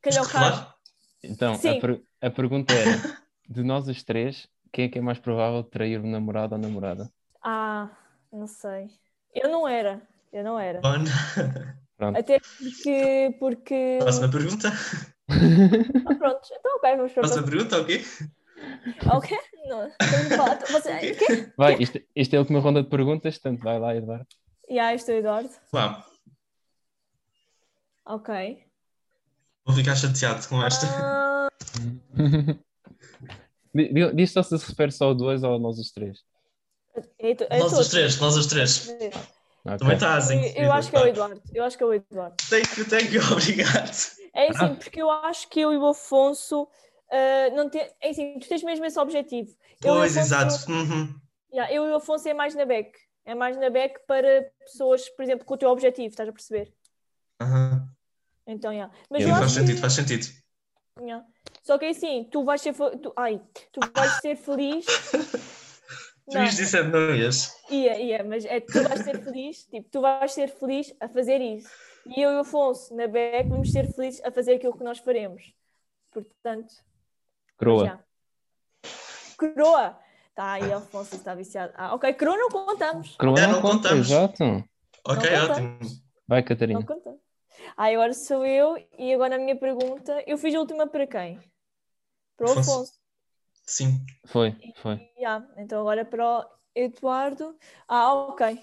Speaker 1: Calhar o
Speaker 2: Temos que
Speaker 1: cara.
Speaker 2: revelar?
Speaker 3: Então,
Speaker 1: Sim.
Speaker 3: a, per- a pergunta era: de nós os três, quem é que é mais provável de trair o namorado ou namorada? *laughs*
Speaker 1: Ah, não sei. Eu não era. Eu não era.
Speaker 2: Bom, Ah.
Speaker 3: Pronto.
Speaker 1: Até porque. porque...
Speaker 2: *laughs* próxima pergunta.
Speaker 1: Ah, pronto, então ok, vamos para a
Speaker 2: Próxima pergunta, ok?
Speaker 1: próxima. Ok? *laughs* Não, estamos a falar. Então,
Speaker 2: *laughs*
Speaker 1: Você... Quê?
Speaker 3: Vai, isto, isto é a última ronda de perguntas, portanto, vai lá, Eduardo.
Speaker 2: *laughs*
Speaker 1: E aí, estou Eduardo.
Speaker 2: Lá,
Speaker 1: Ok.
Speaker 2: vou ficar chateado com esta.
Speaker 1: Ah,
Speaker 3: Di- di- Diz só se se refere só a dois ou a nós os três.
Speaker 1: é tu- é
Speaker 2: Nós os
Speaker 1: tu. é
Speaker 2: três, nós os três.
Speaker 3: Ok.
Speaker 2: Também tá- estás,
Speaker 1: Eu,
Speaker 2: hein?
Speaker 1: eu acho que é o Eduardo. Eu acho que é o Eduardo.
Speaker 2: Thank you, thank you, *laughs* obrigado.
Speaker 1: É
Speaker 2: Ah.
Speaker 1: assim, porque eu acho que eu e o Afonso. ah, não te... É assim, tu tens mesmo esse objetivo. Eu e o
Speaker 2: Pois,
Speaker 1: Afonso-
Speaker 2: exato. Uhum.
Speaker 1: Yeah, eu e o Afonso é mais na back. É mais na back para pessoas, por exemplo, com o teu objetivo, estás a perceber?
Speaker 2: Aham.
Speaker 1: Então, yeah. Mas
Speaker 3: Sim,
Speaker 1: eu
Speaker 2: Faz
Speaker 1: acho
Speaker 2: sentido,
Speaker 1: que-
Speaker 2: faz sentido.
Speaker 1: Yeah. Só que é assim, tu vais ser, fe- tu, ai, tu vais ser feliz.
Speaker 2: *laughs* Tu ias
Speaker 1: Não,
Speaker 2: dizendo não ias.
Speaker 1: ia, ia, mas é, tu vais ser feliz, tipo, tu vais ser feliz a fazer isso. E eu e o Afonso, na BEC, vamos ser felizes a fazer aquilo que nós faremos. Portanto,
Speaker 3: Croa.
Speaker 1: já. Coroa! Tá aí, Afonso está viciado. Ah, ok, coroa não contamos.
Speaker 3: Croa
Speaker 2: Já
Speaker 3: não,
Speaker 2: não
Speaker 3: conta,
Speaker 2: contamos.
Speaker 3: exato.
Speaker 2: Ok,
Speaker 1: Não conta.
Speaker 2: ótimo.
Speaker 3: Vai,
Speaker 1: Não
Speaker 3: Catarina.
Speaker 1: contamos. Ah, agora sou eu e agora a minha pergunta. Eu fiz a última para quem? Para o
Speaker 2: Afonso.
Speaker 1: Afonso.
Speaker 2: Sim.
Speaker 3: Foi, foi.
Speaker 1: Ya, então agora para o Eduardo. Ah, ok.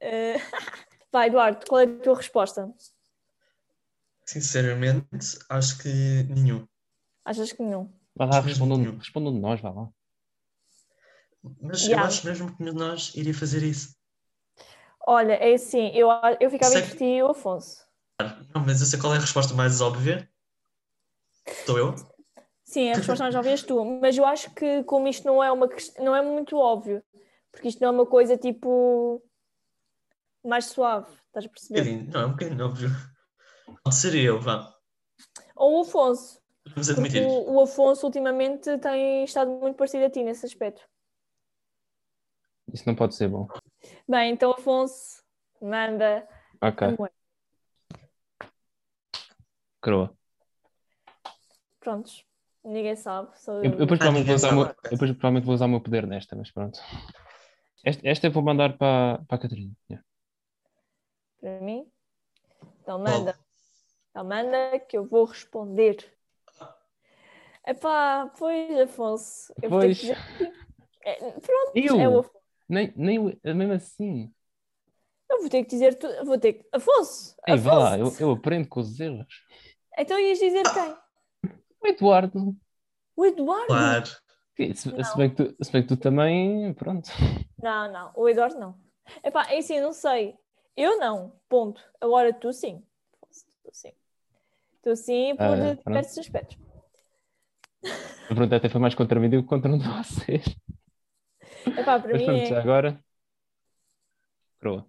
Speaker 1: Eh, *laughs* Vai, Eduardo, qual é a tua resposta?
Speaker 2: Sinceramente, acho que nenhum.
Speaker 1: Achas que não?
Speaker 3: Vai lá,
Speaker 2: Acho mesmo
Speaker 3: respondam
Speaker 2: que não.
Speaker 3: respondam um de nós, vai lá.
Speaker 2: Mas
Speaker 1: Yeah.
Speaker 2: eu acho mesmo que nenhum de nós iria fazer isso.
Speaker 1: Olha, é assim, eu, a- eu ficava
Speaker 2: Sei-
Speaker 1: entre ti e o Afonso.
Speaker 2: Não, mas eu sei qual é a resposta mais óbvia. Sou eu?
Speaker 1: Sim, a resposta nós já vês tu, mas eu acho que como isto não é uma quest- não é muito óbvio, porque isto não é uma coisa tipo mais suave, estás a
Speaker 2: Um
Speaker 1: perceber?
Speaker 2: bocadinho. Não, é um bocadinho óbvio. Não, seria eu, vá.
Speaker 1: Ou o Afonso,
Speaker 2: Vamos
Speaker 1: porque
Speaker 2: admitir.
Speaker 1: o, o Afonso ultimamente tem estado muito parecido a ti nesse aspecto.
Speaker 3: Isso não pode ser bom.
Speaker 1: Bem, então Afonso, manda um a
Speaker 3: Ok,
Speaker 1: moeda.
Speaker 3: croa.
Speaker 1: Prontos, ninguém sabe. Só
Speaker 3: Eu, eu depois, provavelmente vou usar o meu,
Speaker 2: Ok.
Speaker 3: eu depois provavelmente vou usar o meu poder nesta, mas pronto. Esta, esta eu vou mandar para, para a Catarina. Yeah.
Speaker 1: para mim. Então manda. Então manda que eu vou responder. Epá, pois, Afonso. Eu vou ter
Speaker 3: Pois.
Speaker 1: que dizer que sim. É, pronto,
Speaker 3: Eu?
Speaker 1: é o Afonso.
Speaker 3: Nem, nem o- mesmo assim.
Speaker 1: Eu vou ter que dizer tu, eu vou ter que... Afonso!
Speaker 3: Ei, vá lá, eu,
Speaker 1: Afonso!
Speaker 3: eu aprendo com os erros.
Speaker 1: Então ias dizer quem?
Speaker 3: O Eduardo.
Speaker 1: O Eduardo?
Speaker 2: Claro.
Speaker 3: Se, se bem que tu, se bem que tu também, pronto.
Speaker 1: Não, não, o Eduardo não. Epá, é assim, eu não sei. Eu não, ponto. Agora tu sim. Afonso, Tu sim. Tu sim por
Speaker 3: Ah, pronto.
Speaker 1: diversos aspectos.
Speaker 3: A pergunta até foi mais contra mim do que contra um de vocês.
Speaker 1: Epá, para
Speaker 3: Mas
Speaker 1: mim
Speaker 3: pronto, já
Speaker 1: é
Speaker 3: agora. Croa.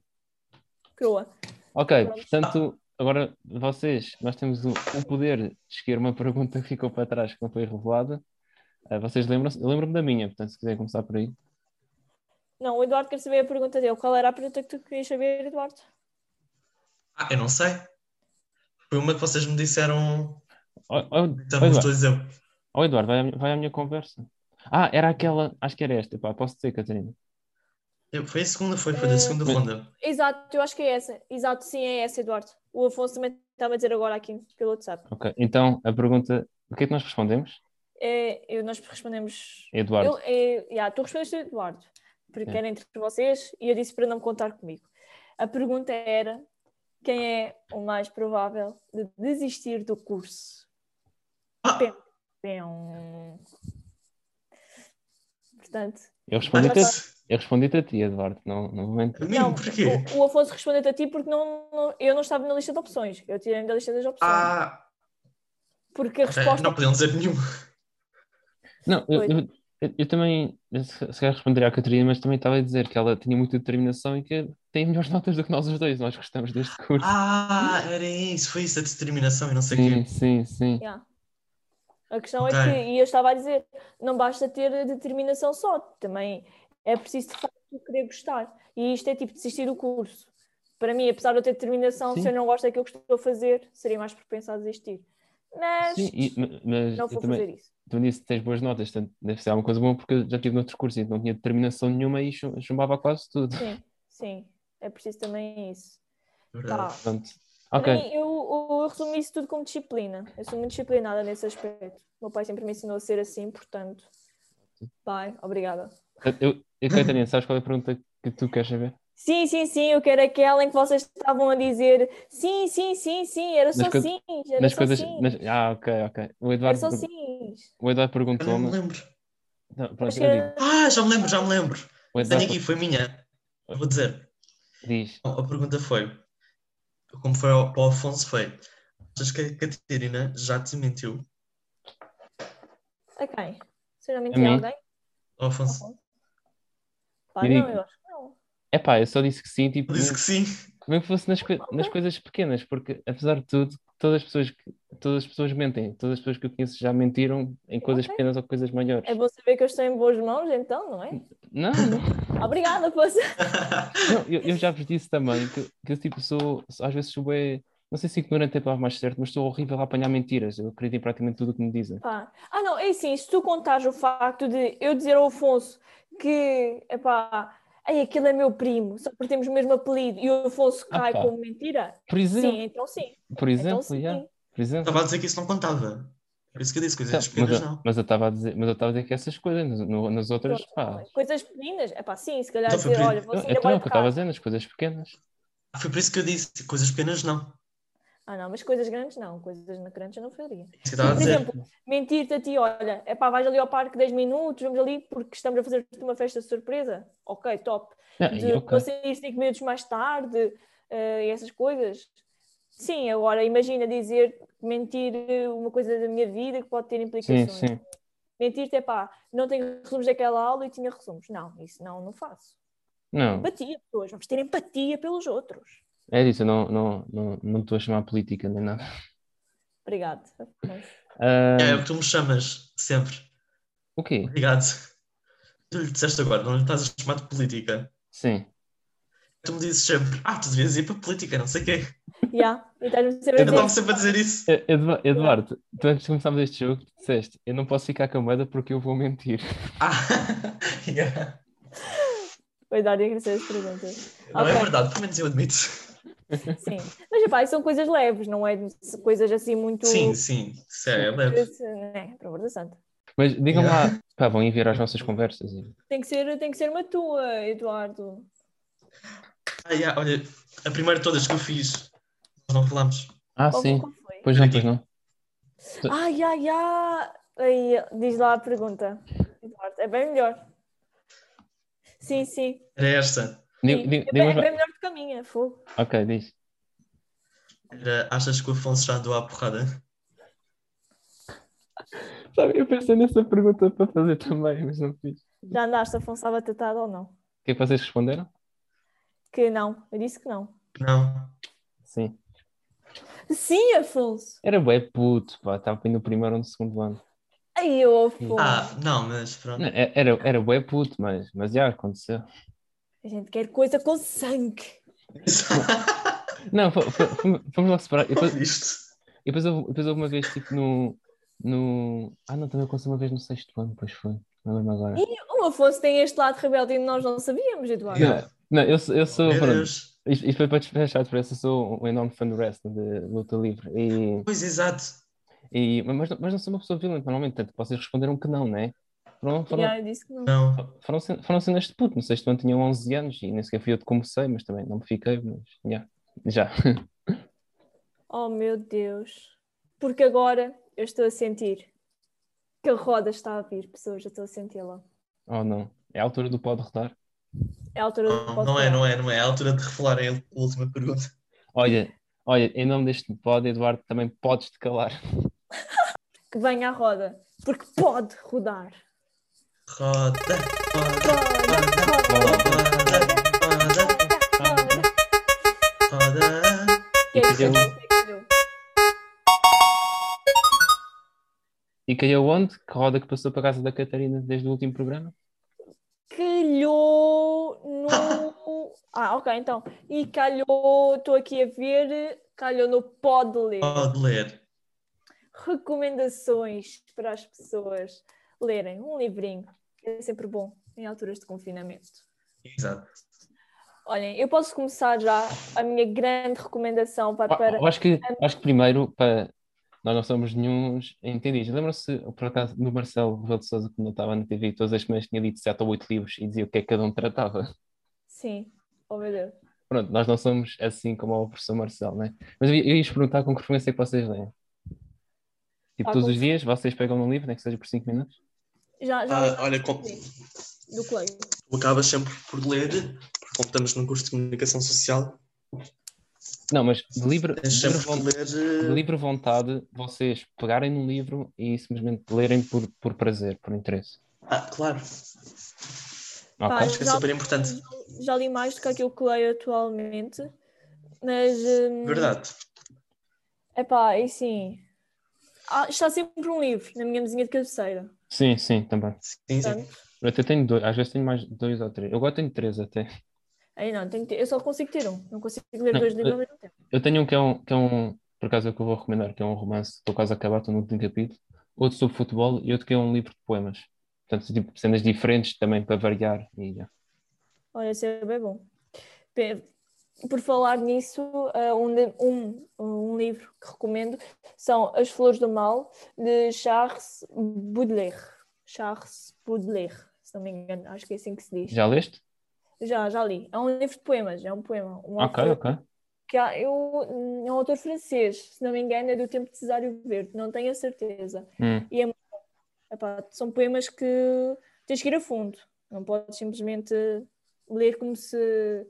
Speaker 1: crua.
Speaker 3: Ok,
Speaker 1: Pronto.
Speaker 3: portanto, agora vocês, nós temos o, o poder de escolher uma pergunta que ficou para trás que não foi revelada. Ah, vocês lembram-se? Eu lembro-me da minha, portanto, se quiserem começar por aí.
Speaker 1: Não, o Eduardo quer saber a pergunta dele. Qual era a pergunta que tu querias saber, Eduardo?
Speaker 2: Ah, eu não sei. Foi uma que vocês me disseram.
Speaker 3: Ó ó, ó,
Speaker 2: Então, os
Speaker 3: Eduardo,
Speaker 2: dois eu.
Speaker 3: ó, Eduardo, vai à, minha- vai à minha conversa. Ah, era aquela, acho que era esta, pá, posso dizer, Catarina.
Speaker 2: eu- Foi a segunda, foi, foi da
Speaker 1: Eh,
Speaker 2: segunda
Speaker 3: mas-
Speaker 2: ronda.
Speaker 1: Exato, eu acho que é essa. Exato, sim, é essa, Eduardo. O Afonso também estava a dizer agora aqui pelo WhatsApp.
Speaker 3: Ok, então a pergunta, o que é que nós respondemos?
Speaker 1: É, eu- nós respondemos.
Speaker 3: Eduardo.
Speaker 1: Eu, é, yeah, tu respondeste o Eduardo, porque
Speaker 3: É.
Speaker 1: era entre vocês e eu disse para não contar comigo. A pergunta era: quem é o mais provável de desistir do curso?
Speaker 2: Ah,
Speaker 1: Pena. Bem, um- Portanto,
Speaker 3: Eu respondi-te a,
Speaker 2: mas-
Speaker 3: eu respondi-te a ti, Eduardo, não, não vou mentir.
Speaker 2: a mim,
Speaker 1: não,
Speaker 2: porquê?
Speaker 1: o, o Afonso respondeu-te a ti porque não, não- eu não estava na lista de opções. Eu tirei-me da lista das opções.
Speaker 2: Ah,
Speaker 1: porque a
Speaker 2: ok,
Speaker 1: resposta
Speaker 2: não podiam dizer nenhum.
Speaker 3: Não, eu,
Speaker 1: Pois.
Speaker 3: eu, Eu, eu também, eu se se calhar responderia à Catarina, mas também estava a dizer que ela tinha muita determinação e que tem melhores *laughs* notas do que nós os dois, nós gostamos deste curso.
Speaker 2: Ah, era isso, foi isso, a determinação e não sei o
Speaker 3: sim,
Speaker 2: quê.
Speaker 3: sim, sim.
Speaker 1: é Yeah. A questão
Speaker 2: Ok.
Speaker 1: é que, e eu estava a dizer, não basta ter determinação só, também é preciso de facto querer gostar. E isto é tipo desistir do curso. Para mim, apesar de eu ter determinação,
Speaker 3: Sim.
Speaker 1: se eu não gosto daquilo que estou a fazer, seria mais propensa a desistir. Mas
Speaker 3: Sim, e- ma- mas
Speaker 1: não
Speaker 3: eu
Speaker 1: vou
Speaker 3: também,
Speaker 1: fazer isso.
Speaker 3: tu disse que tens boas notas, portanto, deve ser alguma coisa boa, porque eu já tive noutros cursos e não tinha determinação nenhuma e chu- chumbava quase tudo.
Speaker 1: Sim, sim, é preciso também isso.
Speaker 2: É Verdade.
Speaker 1: Pá,
Speaker 3: Portanto,
Speaker 1: Para
Speaker 3: ok,
Speaker 1: mim, eu, eu, eu resumi isso tudo como disciplina. Eu sou muito disciplinada nesse aspecto. O meu pai sempre me ensinou a ser assim, portanto. Pai, obrigada.
Speaker 3: Portanto, eu, eu, Catarina, sabes qual é a pergunta que tu queres saber?
Speaker 1: Sim, sim, sim, eu quero aquela em que vocês estavam a dizer sim, sim, sim, sim, era só
Speaker 3: Nas coi-
Speaker 1: sim, era
Speaker 3: Nas
Speaker 1: só
Speaker 3: coisas.
Speaker 1: sim,
Speaker 3: nas- Ah, ok, ok. O
Speaker 1: era
Speaker 3: Eduardo,
Speaker 1: só
Speaker 3: per-
Speaker 1: sim.
Speaker 3: o Eduardo
Speaker 2: Eu não me
Speaker 3: perguntou-me.
Speaker 2: lembro.
Speaker 3: Não,
Speaker 1: Mas
Speaker 3: pronto, eu digo.
Speaker 1: era-
Speaker 2: Ah, já me lembro, já me lembro.
Speaker 3: O
Speaker 2: Tenho
Speaker 3: Eduardo
Speaker 2: aqui, foi minha. Eu vou dizer.
Speaker 3: diz.
Speaker 2: Então, A pergunta foi, como foi ao, para o Afonso, foi achas que a Catarina já te mentiu?
Speaker 1: a quem? Se eu não
Speaker 3: A
Speaker 1: menti
Speaker 3: mim?
Speaker 1: a alguém?
Speaker 2: Ó, Afonso,
Speaker 1: Pá,
Speaker 3: Eu digo-
Speaker 1: não, eu acho que não.
Speaker 3: É pá, eu só disse que sim, tipo,
Speaker 2: eu disse que sim.
Speaker 3: mesmo é que fosse nas, coi- nas coisas pequenas, porque apesar de tudo, todas as pessoas que todas as pessoas mentem, todas as pessoas que eu conheço já mentiram em coisas
Speaker 1: Ok.
Speaker 3: pequenas ou coisas maiores.
Speaker 1: É bom saber que eu estou em boas mãos, então, não é? *laughs*
Speaker 3: Não, não.
Speaker 1: Obrigada, poça.
Speaker 3: Não, eu, eu já vos disse também que, que eu tipo, sou, sou- às vezes sou bué- não sei se ignorante é a palavra mais certa, mas sou horrível a apanhar mentiras. Eu acredito em praticamente tudo o que me dizem.
Speaker 1: Pá. Ah, não, é assim, se tu contares o facto de eu dizer ao Afonso que, epá, ei, aquele é meu primo, só porque temos o mesmo apelido e o Afonso
Speaker 3: Ah,
Speaker 1: cai
Speaker 3: pá.
Speaker 1: como mentira,
Speaker 3: Por exemplo,
Speaker 1: sim, então sim.
Speaker 3: por exemplo,
Speaker 1: Então sim.
Speaker 3: yeah, por exemplo.
Speaker 2: Estava a dizer que isso não contava. Por isso que eu disse
Speaker 3: Tá,
Speaker 2: coisas
Speaker 3: mas,
Speaker 2: pequenas,
Speaker 3: eu-
Speaker 2: não.
Speaker 3: mas eu estava a dizer, mas eu estava a dizer que essas coisas, nas, no- nas outras,
Speaker 1: Pronto,
Speaker 3: pá.
Speaker 1: não é? Coisas pequeninas, é pá, sim, se calhar
Speaker 2: Então foi
Speaker 1: dizer,
Speaker 2: por-
Speaker 1: olha, vou
Speaker 3: Então,
Speaker 1: sair
Speaker 3: então é
Speaker 1: agora
Speaker 3: o
Speaker 1: de
Speaker 3: que eu estava a
Speaker 1: casa.
Speaker 3: dizer, nas coisas pequenas.
Speaker 2: Ah, Foi por isso que eu disse coisas pequenas, não.
Speaker 1: Ah, não, mas coisas grandes não, coisas grandes eu não faria.
Speaker 2: Isso que eu estava a
Speaker 1: Por
Speaker 2: dizer.
Speaker 1: exemplo, Mentir-te a ti, olha, é pá, vais ali ao parque 10 minutos, vamos ali porque estamos a fazer-te uma festa de surpresa. Ok, top.
Speaker 3: Não, e
Speaker 1: De
Speaker 3: ok.
Speaker 1: vou sair 5 minutos mais tarde eh, e essas coisas. Sim, agora imagina dizer mentir eh, uma coisa da minha vida que pode ter
Speaker 3: Sim,
Speaker 1: implicações.
Speaker 3: sim.
Speaker 1: Mentir-te é pá, não tenho resumos daquela aula e tinha resumos. Não, isso não, não faço.
Speaker 3: Não,
Speaker 1: Empatia, pessoas, vamos ter empatia pelos outros.
Speaker 3: é isso, eu não, não, não, não estou a chamar política nem nada.
Speaker 1: Obrigado.
Speaker 3: Ah,
Speaker 2: É, é o que tu me chamas, sempre.
Speaker 3: o quê?
Speaker 2: Obrigado. Tu lhe disseste agora, não lhe estás a chamar de política.
Speaker 3: Sim.
Speaker 2: Tu me dizes sempre, ah, tu devias ir para política, não sei o quê.
Speaker 1: Já, e estás-me sempre
Speaker 2: Eu
Speaker 1: a
Speaker 2: estava
Speaker 1: dizer.
Speaker 2: sempre a dizer
Speaker 1: *laughs*
Speaker 2: isso.
Speaker 3: E- É, Edva- Eduardo, tu antes de começarmos este jogo, tu disseste, eu não posso ficar com a moeda porque eu vou mentir. *laughs*
Speaker 2: Ah, *laughs* yeah.
Speaker 1: Vai dar a crescer as perguntas.
Speaker 2: Não é
Speaker 1: Ok.
Speaker 2: verdade, pelo menos eu admito.
Speaker 1: Sim, mas epá, isso são coisas leves, não é de- coisas assim muito.
Speaker 2: Sim, sim, sério, é leve.
Speaker 1: Esse- né, Pelo amor de santo.
Speaker 3: Mas digam lá, pá, vão enviar as nossas conversas. e-
Speaker 1: Tem que, ser, tem que ser uma tua, Eduardo.
Speaker 2: Ah, yeah, olha, a primeira de todas que eu fiz, nós não falámos.
Speaker 3: Ah,
Speaker 1: Qual-
Speaker 3: sim.
Speaker 1: qual foi?
Speaker 3: Pois não, pois não.
Speaker 1: Ai, ai, ai. Aí, diz lá a pergunta, Eduardo. É bem melhor. Sim, sim.
Speaker 2: Era esta.
Speaker 3: Digo-
Speaker 1: sim.
Speaker 3: digo-
Speaker 1: é,
Speaker 3: digo-
Speaker 1: bem, é bem melhor do que a minha, fogo.
Speaker 3: Ok, diz.
Speaker 2: Era, achas que o Afonso já andou à porrada?
Speaker 3: Sabe, eu pensei nessa pergunta para fazer também, mas não fiz. O
Speaker 1: Já andaste a Afonso batatada ou não?
Speaker 3: que é que vocês responderam?
Speaker 1: Que não, eu disse que não.
Speaker 2: Não.
Speaker 3: Sim.
Speaker 1: Sim, Afonso.
Speaker 3: Era bué puto, pá, estava aí no primeiro ou no segundo ano.
Speaker 1: Aí, eu, Afonso.
Speaker 2: Ah, não, mas
Speaker 3: Não,
Speaker 2: pronto.
Speaker 3: é- era, era bué puto, mas, mas já aconteceu.
Speaker 1: A gente quer coisa com sangue.
Speaker 3: Não, fo- fo- fomos fomos logo separar. E depois, e
Speaker 2: Isto.
Speaker 3: depois, houve, depois houve uma vez, tipo, no, no... Ah, não, também aconteceu uma vez no sexto ano, pois foi. Não lembro agora.
Speaker 1: O Afonso tem este lado rebelde e nós não sabíamos, Eduardo.
Speaker 2: Yeah.
Speaker 3: Não, eu, sou- eu sou...
Speaker 2: Meu
Speaker 3: pronto,
Speaker 2: Deus.
Speaker 3: Isto, isto foi para despachar de pressa, eu sou um enorme fã do wrestling, de luta livre. E,
Speaker 2: Pois, exato.
Speaker 3: e, mas, não- mas não sou uma pessoa violenta, normalmente, tanto que vocês responderam que não, né? Foram, foram,
Speaker 1: Já, eu disse que não.
Speaker 2: Não.
Speaker 3: foram, cen- foram cenas de puto, não sei se eu tinha 11 anos e nem sequer fui eu que comecei, mas também não me fiquei, mas já. já. *laughs*
Speaker 1: Oh meu Deus, porque agora eu estou a sentir que a roda está a vir, pessoas, eu estou a senti-la.
Speaker 3: Oh não, é a altura do pode rodar.
Speaker 1: É a altura do
Speaker 2: Não, não é, não é, não é. É a altura de revelar a última pergunta.
Speaker 3: Olha, olha, em nome deste pod, Eduardo, também podes te calar.
Speaker 1: Que venha à roda, porque pode rodar.
Speaker 2: Roda, roda, roda, roda, roda, roda.
Speaker 1: Que é isso?
Speaker 3: Entendeu? E caiu onde? Que roda que passou para casa da Catarina desde o último programa?
Speaker 1: Calhou no.
Speaker 2: *laughs*
Speaker 1: Ah, ok, então. E calhou, estou aqui a ver, calhou no Pode Ler.
Speaker 2: Pode ler.
Speaker 1: Recomendações para as pessoas lerem um livrinho. É sempre bom em alturas de confinamento.
Speaker 2: Exato.
Speaker 1: Olhem, eu posso começar já a minha grande recomendação para. Ah, para...
Speaker 3: Eu acho que, acho que primeiro, para... nós não somos nenhum entendidos. Lembram-se, por acaso, do Marcelo Rebelo de Souza, quando eu estava na TV, todas as semanas tinha lido sete ou oito livros e dizia o que é que cada um tratava. *laughs*
Speaker 1: Sim, oh meu Deus.
Speaker 3: Pronto, nós não somos assim como o professor Marcelo, né? Mas eu, eu ia perguntar com que frequência é que vocês leem. Tipo,
Speaker 1: Ah,
Speaker 3: todos
Speaker 1: com-
Speaker 3: os dias vocês pegam um livro, nem que seja por cinco minutos?
Speaker 1: Já, já
Speaker 2: Ah, olha, com-
Speaker 1: do colega.
Speaker 2: tu acabas sempre por ler, porque como estamos num curso de comunicação social,
Speaker 3: Não, mas de livro,
Speaker 2: tens
Speaker 3: de livro
Speaker 2: sempre por
Speaker 3: vão-
Speaker 2: ler.
Speaker 3: de
Speaker 2: eh,
Speaker 3: livre vontade, vocês pegarem num livro e simplesmente lerem por, por prazer, por interesse.
Speaker 2: Ah, claro,
Speaker 1: Pá,
Speaker 3: Ok?
Speaker 2: acho que é super importante.
Speaker 1: Já li mais do que aquilo que leio atualmente, mas. hum,
Speaker 2: Verdade.
Speaker 1: Epá, e sim. Ah, está sempre um livro na minha mesinha de cabeceira.
Speaker 3: Sim, sim, também.
Speaker 2: Sim, sim.
Speaker 1: Portanto,
Speaker 3: Eu até tenho dois, às vezes tenho mais dois ou três. Eu agora tenho três até.
Speaker 1: aí não, tenho que ter- eu só consigo ter um. Não consigo ler
Speaker 3: Não,
Speaker 1: dois livros
Speaker 3: eh,
Speaker 1: ao mesmo tempo.
Speaker 3: Eu tenho um que é um, que é um por acaso é o que eu vou recomendar, que é um romance, estou quase a acabar, estou no último capítulo. Outro sobre futebol e outro que é um livro de poemas. Portanto, tipo, cenas diferentes também para variar. E, já.
Speaker 1: Olha, isso é bem bom. Pe- Por falar nisso, eh, um, li- um, um livro que recomendo são As Flores do Mal, de Charles Baudelaire. Charles Baudelaire, se não me engano, acho que é assim que se diz.
Speaker 3: Já leste?
Speaker 1: Já, já li. É um livro de poemas, é um poema. Um
Speaker 3: Ok,
Speaker 1: autor
Speaker 3: ok.
Speaker 1: que há- eu, é um autor francês, se não me engano, é do tempo de Cesário Verde, não tenho a certeza.
Speaker 3: Hum,
Speaker 1: Epá, são poemas que tens que ir a fundo, não podes simplesmente ler como se,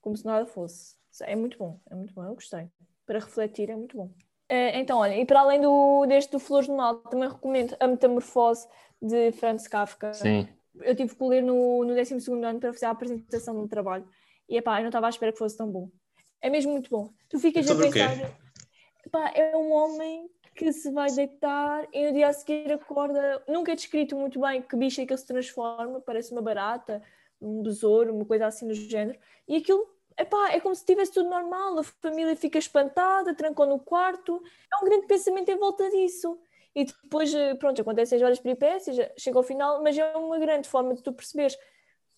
Speaker 1: como se nada fosse. É muito bom, é muito bom, eu gostei. Para refletir é muito bom. Eh, Então, olha, e para além do, deste do Flores do Mal, também recomendo A Metamorfose de Franz Kafka
Speaker 3: sim.
Speaker 1: eu tive que ler no, no 12 ano para fazer a apresentação do trabalho. E epá, eu não estava à espera que fosse tão bom. É mesmo muito bom. Tu ficas a
Speaker 2: Então, Sobre o quê?
Speaker 1: pensar. Epá, é um homem que se vai deitar e no dia a seguir acorda. Nunca é descrito muito bem que bicho é que ele se transforma. Parece uma barata, um besouro, uma coisa assim do género. E aquilo. Epá, é como se tivesse tudo normal, a família fica espantada, trancou no quarto. É um grande pensamento em volta disso. E depois, eh, pronto, acontecem as várias peripécias, eh, chega ao final, mas é uma grande forma de tu perceberes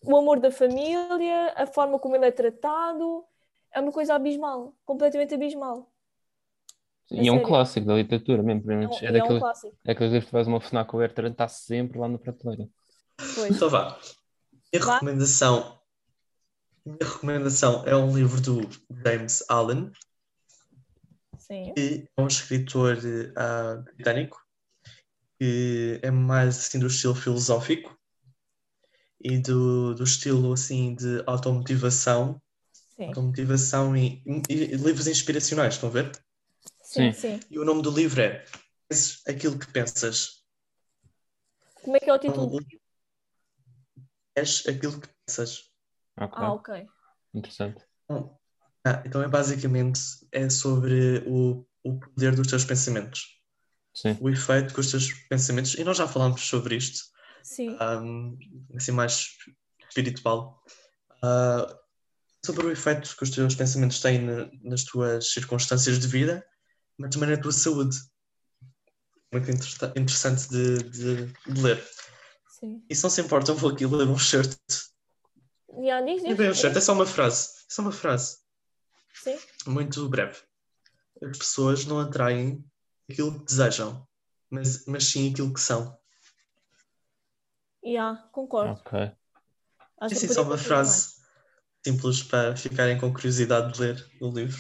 Speaker 1: o amor da família, a forma como ele é tratado, é uma coisa abismal, completamente abismal.
Speaker 3: E é um
Speaker 1: sério.
Speaker 3: clássico da literatura mesmo, pelo
Speaker 1: É
Speaker 3: menos.
Speaker 1: um,
Speaker 3: É,
Speaker 1: e é um
Speaker 3: daquele,
Speaker 1: clássico.
Speaker 3: é daqueles livros que faz uma FNAC ou Bertrand, está sempre lá na prateleira.
Speaker 1: Pois.
Speaker 2: Então vá. Minha
Speaker 1: Vá.
Speaker 2: recomendação. Minha recomendação é um livro do James Allen,
Speaker 1: Sim.
Speaker 2: que é um escritor eh, ah, britânico, que é mais assim do estilo filosófico e do, do estilo assim de automotivação,
Speaker 1: Sim.
Speaker 2: automotivação e, e- e livros inspiracionais, estão a ver?
Speaker 1: Sim,
Speaker 3: Sim.
Speaker 1: sim.
Speaker 2: E o nome do livro é Penses Aquilo que Pensas.
Speaker 1: Como é que é o
Speaker 2: Então,
Speaker 1: título?
Speaker 2: o- És aquilo que pensas.
Speaker 3: Ok,
Speaker 1: Ah, ok.
Speaker 3: interessante.
Speaker 2: Bom, ah, então é basicamente é sobre o, o poder dos teus pensamentos,
Speaker 3: Sim.
Speaker 2: o efeito que os teus pensamentos, e nós já falámos sobre isto,
Speaker 1: Sim.
Speaker 2: Ah. ahm, assim mais espiritual, ah, sobre o efeito que os teus pensamentos têm na- nas tuas circunstâncias de vida, mas também na tua saúde. Muito interessa- interessante de, de- de ler.
Speaker 1: Sim.
Speaker 2: E se não se importa, eu vou aqui ler um certo.
Speaker 1: Já diz,
Speaker 2: Nem
Speaker 1: diz.
Speaker 2: bem um certo, é só uma frase. É só uma frase.
Speaker 1: Sim.
Speaker 2: muito breve. As pessoas não atraem aquilo que desejam, mas, mas sim aquilo que são.
Speaker 1: Já, concordo.
Speaker 3: Ok.
Speaker 1: Acho
Speaker 2: É
Speaker 1: que
Speaker 2: assim, só
Speaker 1: podia
Speaker 2: uma
Speaker 1: continuar.
Speaker 2: frase simples para ficarem com curiosidade de ler o livro.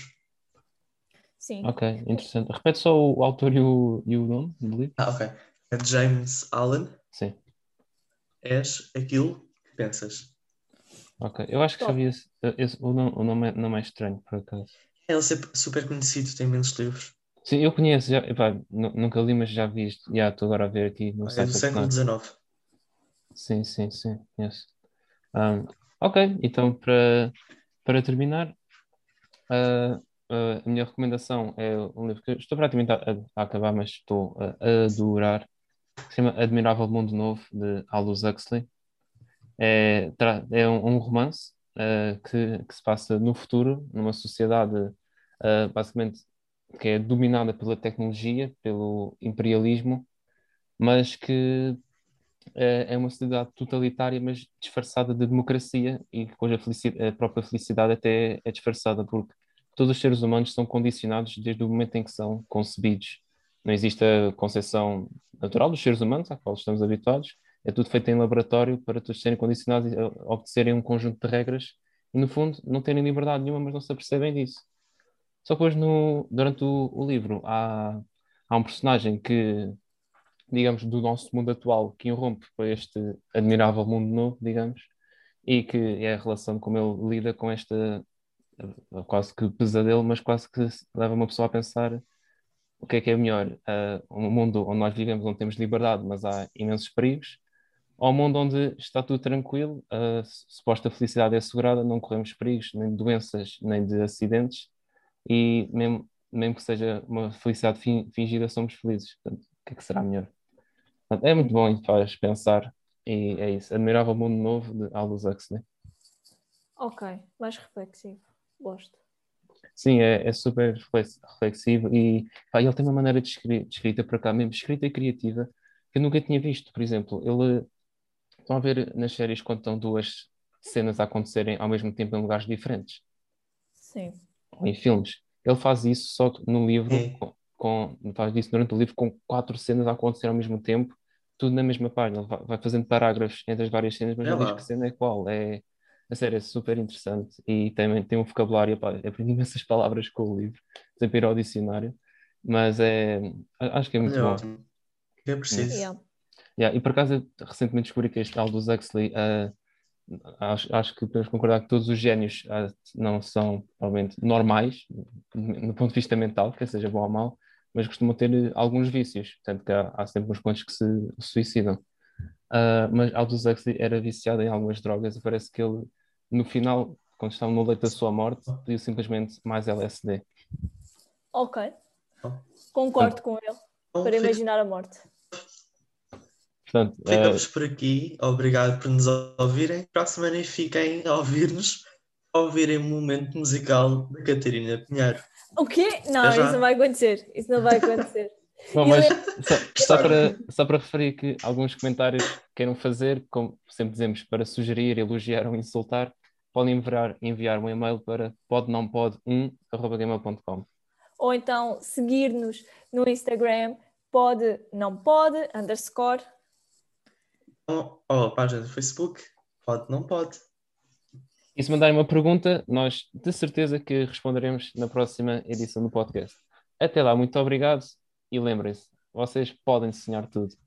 Speaker 1: Sim.
Speaker 3: Ok, interessante. Repete só o autor e o, e o nome do livro.
Speaker 2: Ah, ok. É de James Allen,
Speaker 3: Sim,
Speaker 2: és aquilo que pensas.
Speaker 3: ok. Eu acho que já vi esse, esse- o, nome, o nome é- não é estranho, por acaso.
Speaker 2: Ele é sempre super conhecido, tem imensos livros.
Speaker 3: Sim, eu conheço, já, epá, nu- nunca li, mas já vi isto. Já estou agora a ver aqui no
Speaker 2: É
Speaker 3: site
Speaker 2: do
Speaker 3: da
Speaker 2: século
Speaker 3: FNAC.
Speaker 2: XIX.
Speaker 3: Sim, sim, sim. Yes. Um, ok, então para, para terminar, ah, ah, a minha recomendação é um livro que eu estou praticamente a, a acabar, mas estou a, a adorar, que se chama Admirável Mundo Novo, de Aldous Huxley. É, tra- é um, um romance ah, que, que se passa no futuro, numa sociedade ah, basicamente que é dominada pela tecnologia, pelo imperialismo, mas que eh, é uma sociedade totalitária, mas disfarçada de democracia e cuja felici- a própria felicidade até é disfarçada, porque todos os seres humanos são condicionados desde o momento em que são concebidos. Não existe a concepção natural dos seres humanos, à qual estamos habituados, é tudo feito em laboratório para todos serem condicionados e eh, obedecerem um conjunto de regras e, no fundo, não terem liberdade nenhuma, mas não se apercebem disso. Só que hoje, no, durante o, o livro, há, há um personagem que, digamos, do nosso mundo atual, que irrompe para este admirável mundo novo, digamos, e que é a relação como ele lida com esta eh, quase que pesadelo, mas quase que se- leva uma pessoa a pensar o que é que é melhor, ah, um mundo onde nós vivemos, onde temos liberdade, mas há imensos perigos, ou um mundo onde está tudo tranquilo, a suposta felicidade é assegurada, não corremos perigos, nem de doenças, nem de acidentes, e mesmo, mesmo que seja uma felicidade fin- fingida, somos felizes. Portanto, o que é que será melhor? Portanto, é muito bom e faz pensar, e é isso. Admirável Mundo Novo de Aldous Huxley.
Speaker 1: Ok, mais reflexivo. Gosto.
Speaker 3: Sim, é, é super reflex- reflexivo e pá, ele tem uma maneira de escri- de escrita para cá mesmo, escrita e criativa, que eu nunca tinha visto. Por exemplo, ele. Estão a ver nas séries quando estão duas cenas a acontecerem ao mesmo tempo em lugares diferentes.
Speaker 1: Sim.
Speaker 3: ou em filmes. Ele faz isso só que no livro,
Speaker 2: É.
Speaker 3: com, com- faz isso durante o livro com quatro cenas a acontecer ao mesmo tempo, tudo na mesma página. Ele vai, vai fazendo parágrafos entre as várias cenas, mas
Speaker 2: É
Speaker 3: não diz
Speaker 2: lá.
Speaker 3: que cena é qual. É, a série é super interessante e também tem um vocabulário. Pá, eu aprendi *laughs* imensas palavras com o livro, sempre ir ao dicionário, mas é, a- acho que é muito
Speaker 2: Olha,
Speaker 3: bom.
Speaker 2: ótimo. Que é preciso.
Speaker 1: Yeah.
Speaker 3: Yeah, e por acaso eu recentemente descobri que este Aldous Huxley, ah, acho, acho que podemos concordar que todos os génios ah, não são provavelmente normais, no ponto de vista mental, quer seja bom ou mau, mas costumam ter eh, alguns vícios, portanto que há, há sempre uns quantos que se suicidam. Ah, mas Aldous Huxley era viciado em algumas drogas e parece que ele, no final, quando estava no leito da sua morte, pediu simplesmente mais LSD.
Speaker 1: Ok.
Speaker 2: Bom.
Speaker 1: Concordo com ele
Speaker 2: Então,
Speaker 1: para imaginar a morte.
Speaker 3: Portanto, ah,
Speaker 2: Ficamos por aqui. Obrigado por nos ouvirem. Para a semana fiquem a ouvir-nos, a ouvirem o momento musical da Catarina Pinheiro.
Speaker 1: O quê? Não,
Speaker 2: Até já.
Speaker 1: isso não vai acontecer. Isso não vai acontecer.
Speaker 3: *laughs* Bom,
Speaker 1: E
Speaker 3: mas
Speaker 1: ele- é
Speaker 3: só, só para, só para referir que alguns comentários que queiram fazer, como sempre dizemos, para sugerir, elogiar ou insultar, podem enviar, enviar um e-mail para podnãopod1.gmail.com.
Speaker 1: Ou então seguir-nos no Instagram pode, não pode, underscore.
Speaker 2: Então, ou a página do Facebook. Pode, não pode.
Speaker 3: E se mandarem uma pergunta, nós de certeza que responderemos na próxima edição do podcast. Até lá, muito obrigado e lembrem-se, vocês podem sonhar tudo.